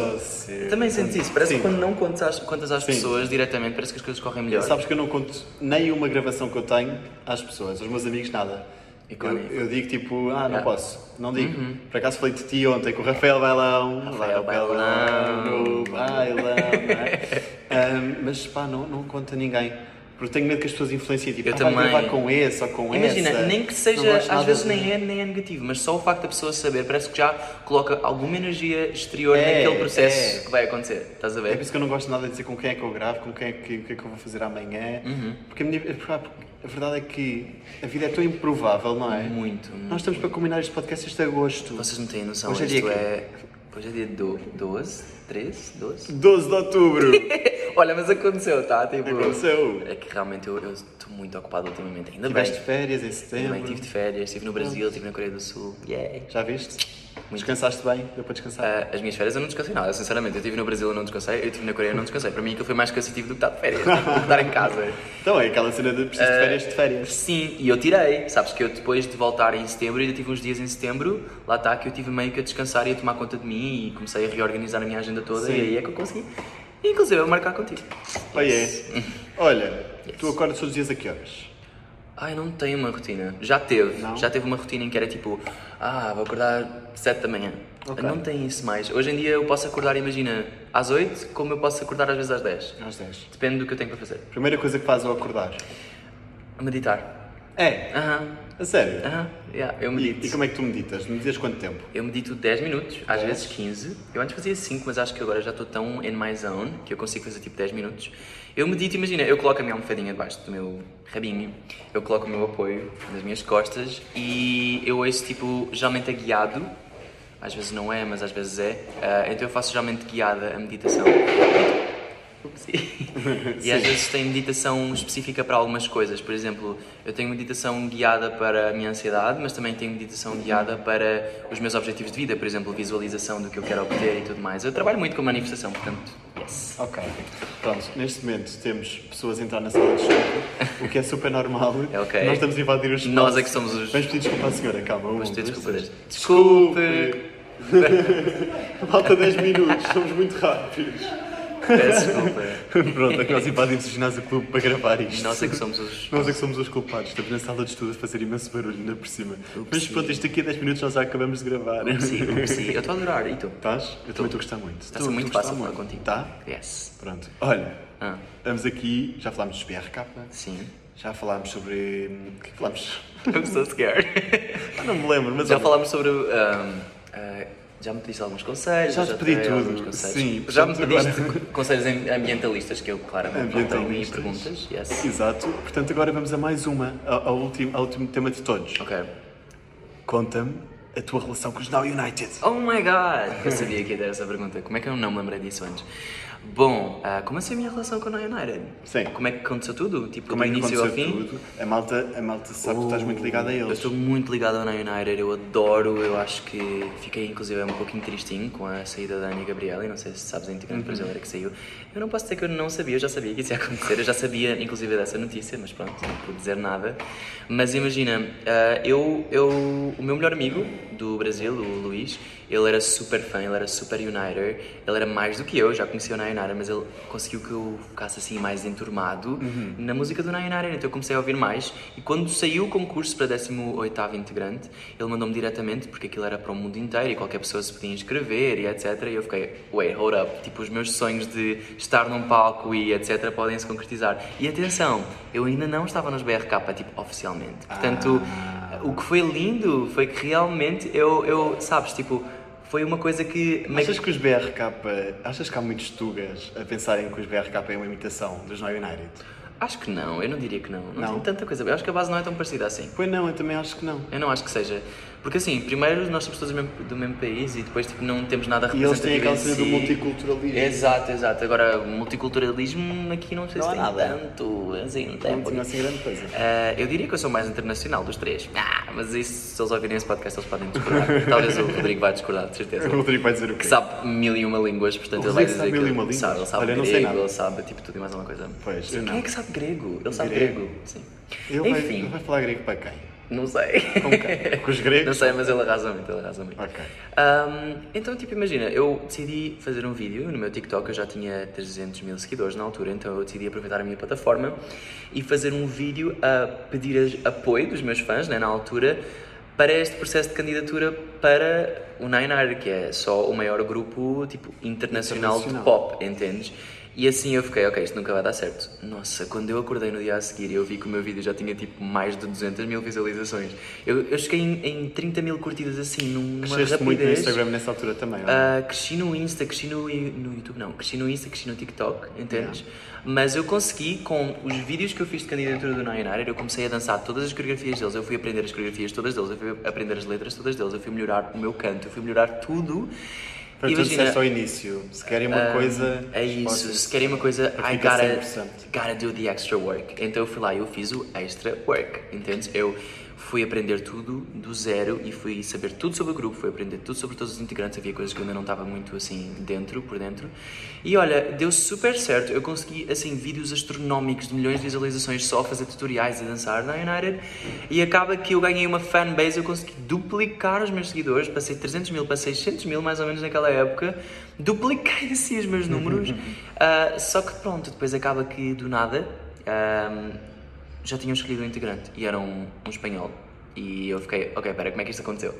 S1: negócio.
S2: Também sentes isso. Parece
S1: Sim.
S2: que quando não contas às, contas às
S1: Sim.
S2: pessoas diretamente, parece que as coisas correm melhor.
S1: Sabes que eu não conto nem uma gravação que eu tenho às pessoas, aos meus amigos, nada. Eu,
S2: Icónico.
S1: eu digo tipo, ah, não
S2: Yeah.
S1: posso, não digo. Por acaso falei de ti ontem com o Rafael Bailão,
S2: Uhum. Rafael Bailão.
S1: no bailão, não é? Ahm, mas pá, não, não conto a ninguém. Porque tenho medo que as pessoas influenciem, tipo,
S2: Eu
S1: ah, vai
S2: também.
S1: gravar com esse ou com
S2: Imagina,
S1: essa.
S2: nem que
S1: Não
S2: seja,
S1: gosto nada
S2: às vezes
S1: de-
S2: nem é, nem é negativo, mas só o facto da pessoa saber parece que já coloca alguma energia exterior
S1: É,
S2: naquele processo
S1: é.
S2: que vai acontecer. Estás a
S1: É
S2: ver?
S1: por isso que eu não gosto nada de dizer com quem é que eu gravo, com quem é que, o que é que eu vou fazer amanhã.
S2: Uhum.
S1: Porque a, minha, porque a verdade é que a vida é tão improvável, não é?
S2: Muito, muito.
S1: Nós estamos para combinar este podcast este agosto.
S2: Vocês não têm noção,
S1: Hoje é
S2: isto
S1: dia quê?
S2: é. Hoje é dia do- 12, 13, 12.
S1: 12 de outubro!
S2: Olha, mas aconteceu, tá? Tipo,
S1: Aconteceu.
S2: É que realmente eu eu estou muito ocupado ultimamente, ainda bem.
S1: Tiveste férias é? em
S2: Ainda bem,
S1: setembro.
S2: estive de férias, estive no Brasil, estive na Coreia do Sul. Yeah.
S1: Já viste?
S2: Muito.
S1: Descansaste bem? Deu para descansar?
S2: Ah, as minhas férias eu não descansei nada, sinceramente. Eu estive no Brasil, eu não descansei. Eu estive na Coreia, eu não descansei. Para mim aquilo foi mais cansativo do que estar de férias. tipo, estar em casa.
S1: Então é aquela cena de preciso de férias de férias.
S2: Sim, e eu tirei. Sabes que eu depois de voltar em setembro, ainda tive uns dias em setembro, lá está que eu tive meio que a descansar e a tomar conta de mim e comecei a reorganizar a minha agenda toda
S1: Sim.
S2: e aí é que eu consegui. Inclusive, eu marcar contigo.
S1: Oh,
S2: Yes.
S1: yeah. Olha, tu acordas todos os dias a que horas?
S2: Ai, não tenho uma rotina. Já teve.
S1: Não?
S2: Já teve uma rotina em que era tipo, ah, vou acordar 7 da manhã.
S1: Ok.
S2: Não tem isso mais. Hoje em dia eu posso acordar, imagina, às 8, como eu posso acordar às vezes às 10.
S1: Às 10.
S2: Depende do que eu tenho para fazer.
S1: Primeira coisa que fazes ao acordar?
S2: Meditar.
S1: É,
S2: Aham,
S1: a sério?
S2: aham, yeah, eu
S1: E,
S2: medito.
S1: e como é que tu meditas? Meditas quanto tempo?
S2: Eu medito 10 minutos, às
S1: 10.
S2: vezes 15. Eu antes fazia 5, mas acho que agora já estou tão in my zone um que eu consigo fazer tipo 10 minutos. Eu medito, imagina, eu coloco a minha almofadinha debaixo do meu rabinho, eu coloco o meu apoio nas minhas costas e eu ouço tipo, geralmente é guiado, às vezes não é, mas às vezes é. Ah, então eu faço geralmente guiada a meditação. Ups. e às vezes tem meditação específica para algumas coisas. Por exemplo, eu tenho meditação guiada para a minha ansiedade, mas também tenho meditação guiada para os meus objetivos de vida, por exemplo, visualização do que eu quero obter e tudo mais. Eu trabalho muito com manifestação, portanto, yes.
S1: Ok. Pronto, neste momento temos pessoas a entrar na sala de estudo, o que é super normal.
S2: É ok.
S1: Nós estamos a invadir os espaço.
S2: Nós é que somos os-
S1: Vamos pedir desculpa à senhora, calma. Um,
S2: Mas tu
S1: dois,
S2: desculpa.
S1: três.
S2: Desculpe!
S1: Falta 10 minutos, somos muito rápidos.
S2: Peço desculpa.
S1: Pronto, é que nós invadimos o ginásio clube para gravar isto.
S2: Nós é que somos os.
S1: Nós é que somos os culpados, estamos na sala de estudo a fazer imenso barulho ainda por cima. Mas pronto, isto aqui a 10 minutos nós já acabamos de gravar.
S2: Sim, sim. Eu estou a adorar. E tu? Está
S1: Estás? Eu também estou a gostar muito.
S2: a ser
S1: Tu-
S2: muito
S1: tu a
S2: fácil
S1: gostar
S2: falar
S1: muito?
S2: contigo.
S1: Tá?
S2: Yes.
S1: Pronto. Olha,
S2: Ah,
S1: estamos aqui, já falámos dos PRK,
S2: sim.
S1: já falámos sobre. O que é que falámos?
S2: I'm so scared.
S1: Ah, não me lembro, mas
S2: Já
S1: olha,
S2: falámos sobre. ahm, ah, já me pediste alguns conselhos.
S1: Já
S2: eu
S1: te
S2: te
S1: pedi
S2: dei alguns
S1: tudo,
S2: conselhos.
S1: sim,
S2: Já me
S1: portanto,
S2: pediste conselhos em- ambientalistas, que eu claramente não tenho e
S1: Ambientalistas.
S2: perguntas. Yes.
S1: Exato. Portanto, agora vamos a mais uma, ao, ao último, ao último tema de todos.
S2: Ok.
S1: Conta-me a tua relação com os Now United.
S2: Oh my god! Eu sabia que ia ter essa pergunta. Como é que eu não me lembrei disso antes? Bom, ah, como é assim a minha relação com o Noia United?
S1: Sim.
S2: Como é que aconteceu tudo? Tipo,
S1: Como
S2: do
S1: é que
S2: início ao
S1: aconteceu
S2: fim? Uh,
S1: tudo? A malta, a malta sabe que tu estás muito ligado a
S2: Eu
S1: eles.
S2: estou muito ligado ao Man United, eu adoro, eu acho que fiquei inclusive um pouquinho tristinho com a saída da Ana Gabriela, e não sei se sabes a integrante
S1: Uhum.
S2: brasileira é que saiu. Eu não posso dizer que eu não sabia, eu já sabia que isso ia acontecer, eu já sabia inclusive dessa notícia, mas pronto, não pude dizer nada. Mas imagina, ah, eu, eu, o meu melhor amigo do Brasil, o Luís, ele era super fã, ele era super United, ele era mais do que eu, já conhecia o Na United, mas ele conseguiu que eu ficasse assim mais enturmado
S1: Uhum.
S2: na música do Na United, então eu comecei a ouvir mais. E quando saiu o concurso para 18º integrante, ele mandou-me diretamente, porque aquilo era para o mundo inteiro e qualquer pessoa se podia inscrever e etc. E eu fiquei, wait, hold up, tipo, os meus sonhos de estar num palco e etc. podem se concretizar. E atenção, eu ainda não estava nos BRK, tipo, oficialmente. Portanto,
S1: Ah.
S2: o que foi lindo foi que realmente eu, eu sabes, tipo, foi uma coisa que. meio
S1: Achas que os BRK, achas que há muitos tugas a pensarem que os BRK é uma imitação dos Now United?
S2: Acho que não, eu não diria que não. Não,
S1: Não?
S2: tem tanta coisa. Eu acho que a base não é tão parecida assim.
S1: Pois não, eu também acho que não.
S2: Eu não acho que seja. Porque assim, primeiro nós somos todos do mesmo, do mesmo país e depois tipo, não temos nada
S1: E eles têm
S2: representativo
S1: aquela
S2: em
S1: cena do
S2: si.
S1: multiculturalismo.
S2: Exato, exato. Agora, multiculturalismo aqui não sei
S1: Não
S2: se
S1: há
S2: tem
S1: nada.
S2: tanto. Assim, não tem
S1: Não tinha assim grande coisa.
S2: Ah, eu diria que eu sou mais internacional dos três. Ah, mas isso, se eles ouvirem esse podcast, eles podem discordar. Talvez o Rodrigo vai discordar, de certeza.
S1: O Rodrigo vai dizer o quê?
S2: Que É sabe mil e uma línguas, portanto
S1: O
S2: ele vai
S1: Rodrigo
S2: dizer
S1: sabe
S2: que
S1: mil e uma línguas?
S2: sabe, ele sabe
S1: Olha, eu não sei
S2: grego,
S1: nada.
S2: ele sabe tipo tudo e mais alguma coisa.
S1: Pois, eu
S2: Quem
S1: não.
S2: é que sabe grego? Ele sabe
S1: Grego.
S2: grego. Sim.
S1: Ele vai,
S2: Enfim,
S1: ele vai falar grego para quem?
S2: não sei.
S1: Com os gregos?
S2: Não sei, mas ele arrasa muito, ele arrasa muito.
S1: Ok.
S2: Ahm, então, tipo, imagina, eu decidi fazer um vídeo no meu TikTok, eu já tinha 300 mil seguidores na altura, então eu decidi aproveitar a minha plataforma e fazer um vídeo a pedir as- apoio dos meus fãs, né, na altura, para este processo de candidatura para o Nine Hour, que é só o maior grupo, tipo, internacional,
S1: Internacional.
S2: de pop, entendes? E assim eu fiquei, ok, isto nunca vai dar certo. Nossa, quando eu acordei no dia a seguir, eu vi que o meu vídeo já tinha tipo mais de 200 mil visualizações. Eu, eu cheguei em, em 30 mil curtidas assim, numa
S1: Cresceste
S2: rapidez.
S1: muito no Instagram nessa altura também, olha.
S2: Ah, cresci no Insta, cresci no, Yu- no YouTube, não, cresci no Insta, cresci no TikTok, entendes? Mas eu consegui, com os vídeos que eu fiz de candidatura do Nayanar, eu comecei a dançar todas as coreografias deles, eu fui aprender as coreografias todas deles, eu fui aprender as letras todas deles, eu fui melhorar o meu canto, eu fui melhorar tudo.
S1: Foi o que tu disseste ao início. Se querem uma coisa.
S2: É isso, se
S1: esforcem-se.
S2: querem uma coisa,
S1: Para
S2: I
S1: ficar
S2: gotta,
S1: 100%.
S2: gotta do the extra work. Então eu fui lá e eu fiz o extra work, entendes? Eu fui aprender tudo do zero e fui saber tudo sobre o grupo, fui aprender tudo sobre todos os integrantes, havia coisas que eu ainda não estava muito assim dentro, por dentro. E olha, deu super certo. Eu consegui assim vídeos astronómicos de milhões de visualizações só a fazer tutoriais a dançar na United e acaba que eu ganhei uma fanbase, eu consegui duplicar os meus seguidores, passei de 300 mil para 600 mil mais ou menos naquela época, dupliquei assim os meus números. Ah, só que pronto, depois acaba que do nada. ah, já tinham escolhido um integrante e era um, um espanhol. E eu fiquei, ok, pera, como é que isto aconteceu?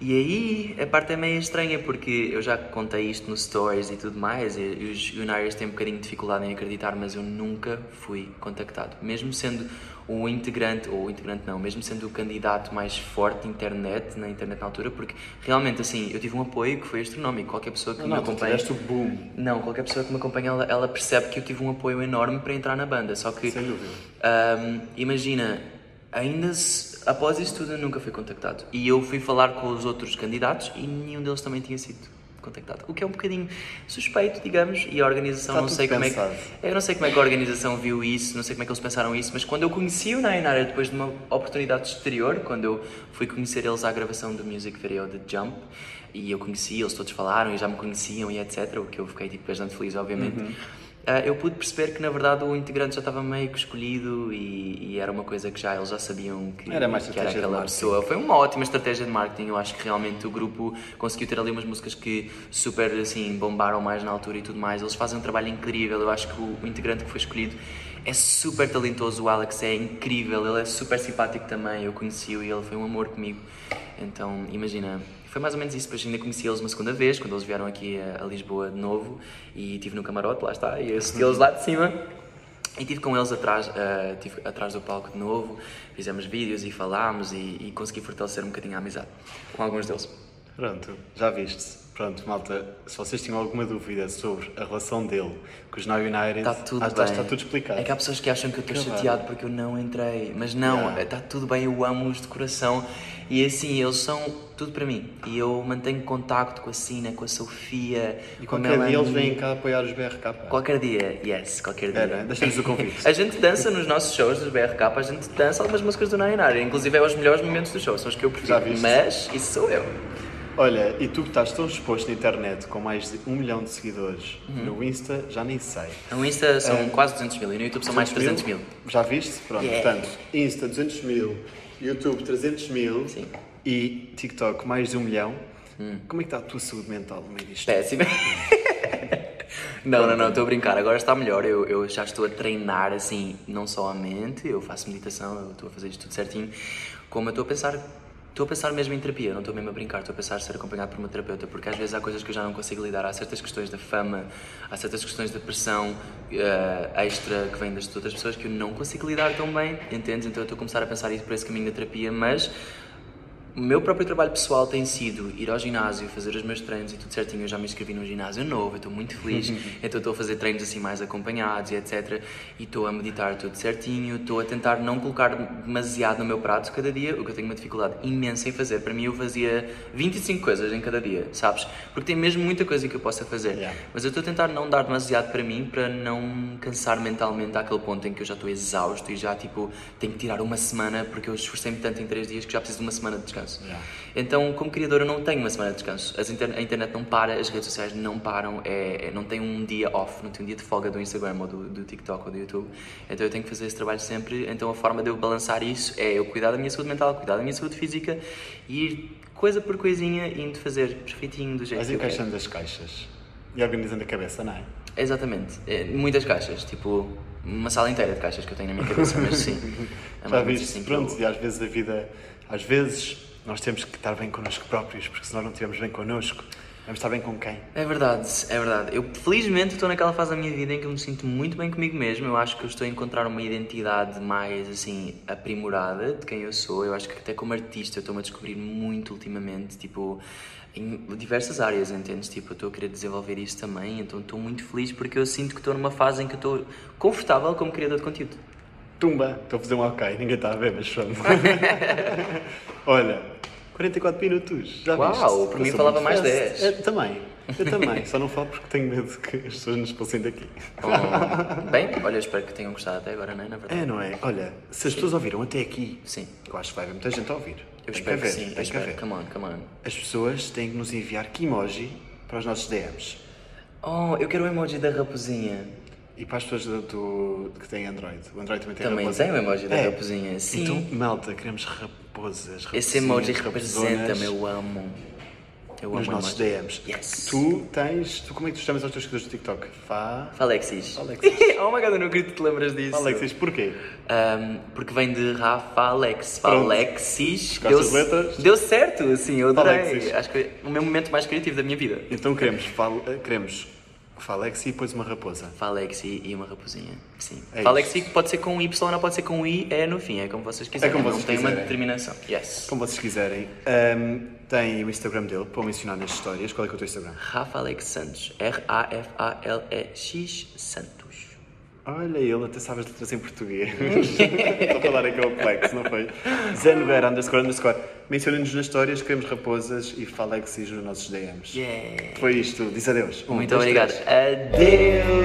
S2: E aí a parte é meio estranha porque eu já contei isto nos stories e tudo mais, e, e os United têm um bocadinho de dificuldade em acreditar, mas eu nunca fui contactado. Mesmo sendo o integrante, ou o integrante não, mesmo sendo o candidato mais forte de internet, na internet na altura, porque realmente assim, eu tive um apoio que foi astronómico. Qualquer pessoa que me
S1: Não, tu
S2: acompanha.
S1: tiveste o boom.
S2: Não, qualquer pessoa que me acompanha, ela, ela percebe que eu tive um apoio enorme para entrar na banda. Só que.
S1: Sem dúvida.
S2: ahm, imagina, ainda se- após isso tudo eu nunca fui contactado. E eu fui falar com os outros candidatos e nenhum deles também tinha sido contactado. O que é um bocadinho suspeito, digamos, e a organização
S1: Está
S2: não
S1: tudo
S2: sei como é
S1: pensado.
S2: que. Eu não sei como é que a organização viu isso, não sei como é que eles pensaram isso, mas quando eu conheci o Nine Área depois de uma oportunidade exterior, quando eu fui conhecer eles à gravação do music video de Jump, e eu conheci, eles todos falaram e já me conheciam e etc, o que eu fiquei tipo, bastante feliz, obviamente.
S1: Uhum.
S2: Ah, eu pude perceber que na verdade o integrante já estava meio que escolhido e, e era uma coisa que já eles já sabiam que
S1: Era mais
S2: que era
S1: estratégia de
S2: aquela
S1: marketing.
S2: pessoa. Foi uma ótima estratégia de marketing. Eu acho que realmente o grupo conseguiu ter ali umas músicas que super assim bombaram mais na altura e tudo mais. Eles fazem um trabalho incrível. Eu acho que o, o integrante que foi escolhido é super talentoso. O Alex é incrível. Ele é super simpático também. Eu conheci-o e ele foi um amor comigo. Então, imagina. Foi mais ou menos isso, depois ainda conheci eles uma segunda vez, quando eles vieram aqui a, a Lisboa de novo, e estive no camarote, lá está, e eu assisti eles lá de cima, e tive com eles atrás, eh, tive atrás do palco de novo, fizemos vídeos e falámos e, e consegui fortalecer um bocadinho a amizade com alguns deles.
S1: Pronto, já viste. Pronto, malta, se vocês tinham alguma dúvida sobre a relação dele com os Now United,
S2: Está Tá tudo
S1: acho que
S2: bem.
S1: Ah, tá, está tudo explicado.
S2: É que há pessoas que acham que eu estou
S1: Claro.
S2: chateado porque eu não entrei, mas não,
S1: Yeah.
S2: está tudo bem, eu amo-os de coração e assim, eles são tudo para mim. E eu mantenho contacto com a Sina, com a Sofia,
S1: E
S2: com a
S1: qualquer dia eles
S2: Melanie.
S1: vêm É, né? cá apoiar os BRK.
S2: Qualquer dia, yes, qualquer dia.
S1: Era, deixamos o convite.
S2: A gente dança nos nossos shows dos BRK, a gente dança algumas músicas do Nainário, inclusive é os melhores momentos do show, são os que eu
S1: Já
S2: prefiro.
S1: viste?
S2: Mas isso sou eu.
S1: Olha, e tu que estás tão exposto na internet com mais de um milhão de seguidores
S2: Uhum.
S1: no Insta, já nem sei.
S2: No Insta são
S1: É.
S2: quase 200 mil e no YouTube são mais de 300 mil.
S1: Já viste? Pronto,
S2: Yeah.
S1: portanto, Insta 200 mil, YouTube 300 mil
S2: Sim. Hum.
S1: e TikTok mais de um milhão. Como é que está a tua saúde mental no meio disto?
S2: Péssimo. Não, não, não, estou a brincar. Agora está melhor. Eu, eu já estou a treinar, assim, não só a mente, eu faço meditação, eu estou a fazer isto tudo certinho, como eu estou a pensar. Estou a pensar mesmo em terapia, não estou mesmo a brincar, estou a pensar em ser acompanhado por uma terapeuta, porque às vezes há coisas que eu já não consigo lidar, há certas questões da fama, há certas questões da pressão eh, extra que vem das outras pessoas que eu não consigo lidar tão bem, entendes? Então eu estou a começar a pensar isso por esse caminho da terapia, mas o meu próprio trabalho pessoal tem sido ir ao ginásio, fazer os meus treinos e tudo certinho. Eu já me inscrevi num ginásio novo, eu estou muito feliz. então estou a fazer treinos assim mais acompanhados e etc. E estou a meditar tudo certinho. Estou a tentar não colocar demasiado no meu prato cada dia, o que eu tenho uma dificuldade imensa em fazer. Para mim, eu fazia 25 coisas em cada dia, sabes? Porque tem mesmo muita coisa que eu possa fazer.
S1: Yeah.
S2: Mas eu estou a tentar não dar demasiado para mim para não me cansar mentalmente àquele ponto em que eu já estou exausto e já tipo tenho que tirar uma semana porque eu esforcei-me tanto em três dias que já preciso de uma semana de descanso.
S1: Yeah.
S2: Então, como criador, eu não tenho uma semana de descanso. As inter- a internet não para, as redes sociais não param, é, é- não tem um dia off, não tem um dia de folga do Instagram ou do, do TikTok ou do YouTube. Então, eu tenho que fazer esse trabalho sempre. Então, a forma de eu balançar isso é eu cuidar da minha saúde mental, cuidar da minha saúde física e ir coisa por coisinha indo fazer perfeitinho do jeito
S1: Vais
S2: É que eu quero.
S1: encaixando as caixas e organizando a cabeça, não é?
S2: Exatamente. É, muitas caixas, tipo uma sala inteira de caixas que eu tenho na minha cabeça, mas sim. É
S1: Já
S2: mais ou menos
S1: viste?
S2: assim que eu-
S1: Pronto, e às vezes a vida, às vezes nós temos que estar bem connosco próprios, porque se nós não estivermos bem connosco, vamos estar bem com quem?
S2: É verdade, é verdade. Eu felizmente estou naquela fase da minha vida em que eu me sinto muito bem comigo mesmo. Eu acho que eu estou a encontrar uma identidade mais assim aprimorada de quem eu sou. Eu acho que até como artista eu estou-me a descobrir muito ultimamente, tipo em diversas áreas, entendes? Tipo, eu estou a querer desenvolver isso também, então estou muito feliz porque eu sinto que estou numa fase em que eu estou confortável como criador de conteúdo.
S1: Tumba, estou a fazer um ok, ninguém está a ver, mas pronto. Olha, 44 minutos, já
S2: Uau,
S1: viste?
S2: por mim
S1: Passou
S2: falava
S1: muito
S2: mais
S1: fast.
S2: 10.
S1: É, também. Eu também, só não falo porque tenho medo que as pessoas nos expulsem daqui.
S2: Oh, bem, olha, espero que tenham gostado até agora, não é? Na verdade.
S1: É, não é? Olha, se as pessoas ouviram até aqui,
S2: Sim.
S1: eu acho que vai haver muita gente a ouvir.
S2: Eu
S1: Tem
S2: espero que,
S1: haver,
S2: sim, eu
S1: tem que
S2: espero.
S1: haver.
S2: Come on, come on.
S1: As pessoas têm que nos enviar que emoji para os nossos DMs
S2: Oh, eu quero o emoji da raposinha.
S1: e para as pessoas do, do- que têm Android. O Android também tem
S2: Também
S1: raposa.
S2: tem o emoji da
S1: É.
S2: raposinha, sim.
S1: Então, malta, queremos raposas.
S2: Esse
S1: raposinhas,
S2: emoji
S1: raposonas
S2: representa-me, eu amo. Eu
S1: Nos
S2: amo
S1: nossos
S2: emoji.
S1: DMs.
S2: Yes.
S1: Tu tens. Tu, como é que tu chamas aos teus seguidores do TikTok? Fá.
S2: Alexis.
S1: Alexis.
S2: oh my god, eu não acredito que te lembras disso.
S1: Alexis, porquê?
S2: Ahm, porque vem de Rafa Alex.
S1: Pronto.
S2: Alexis.
S1: Gosto das letras?
S2: deu certo, sim, eu adorei.
S1: Alexis.
S2: Acho que foi o meu momento mais criativo da minha vida.
S1: Então queremos, fal, eh, queremos Falex e depois uma raposa.
S2: Falexi e uma raposinha. Sim.
S1: É
S2: Falexi
S1: isso.
S2: pode ser com um Y ou pode ser com I, é no fim, é como vocês quiserem.
S1: como vocês
S2: não tem uma
S1: quiserem.
S2: determinação. Yes.
S1: Como vocês quiserem. Ahm, tem o Instagram dele para o mencionar nas histórias. Qual é que é o teu Instagram?
S2: Rafa Alex Santos. R-A-F-A-L-E-X Santos.
S1: Olha, ele até sabe as letras em português. Estou a falar aqui ao Plex, não foi? Zé Nogueira, underscore, underscore. Mencionem-nos nas histórias, queremos raposas e Falexis nos nossos DMs.
S2: Yeah.
S1: Foi isto. Diz adeus. Um,
S2: Muito
S1: dois,
S2: obrigado.
S1: três.
S2: Adeus.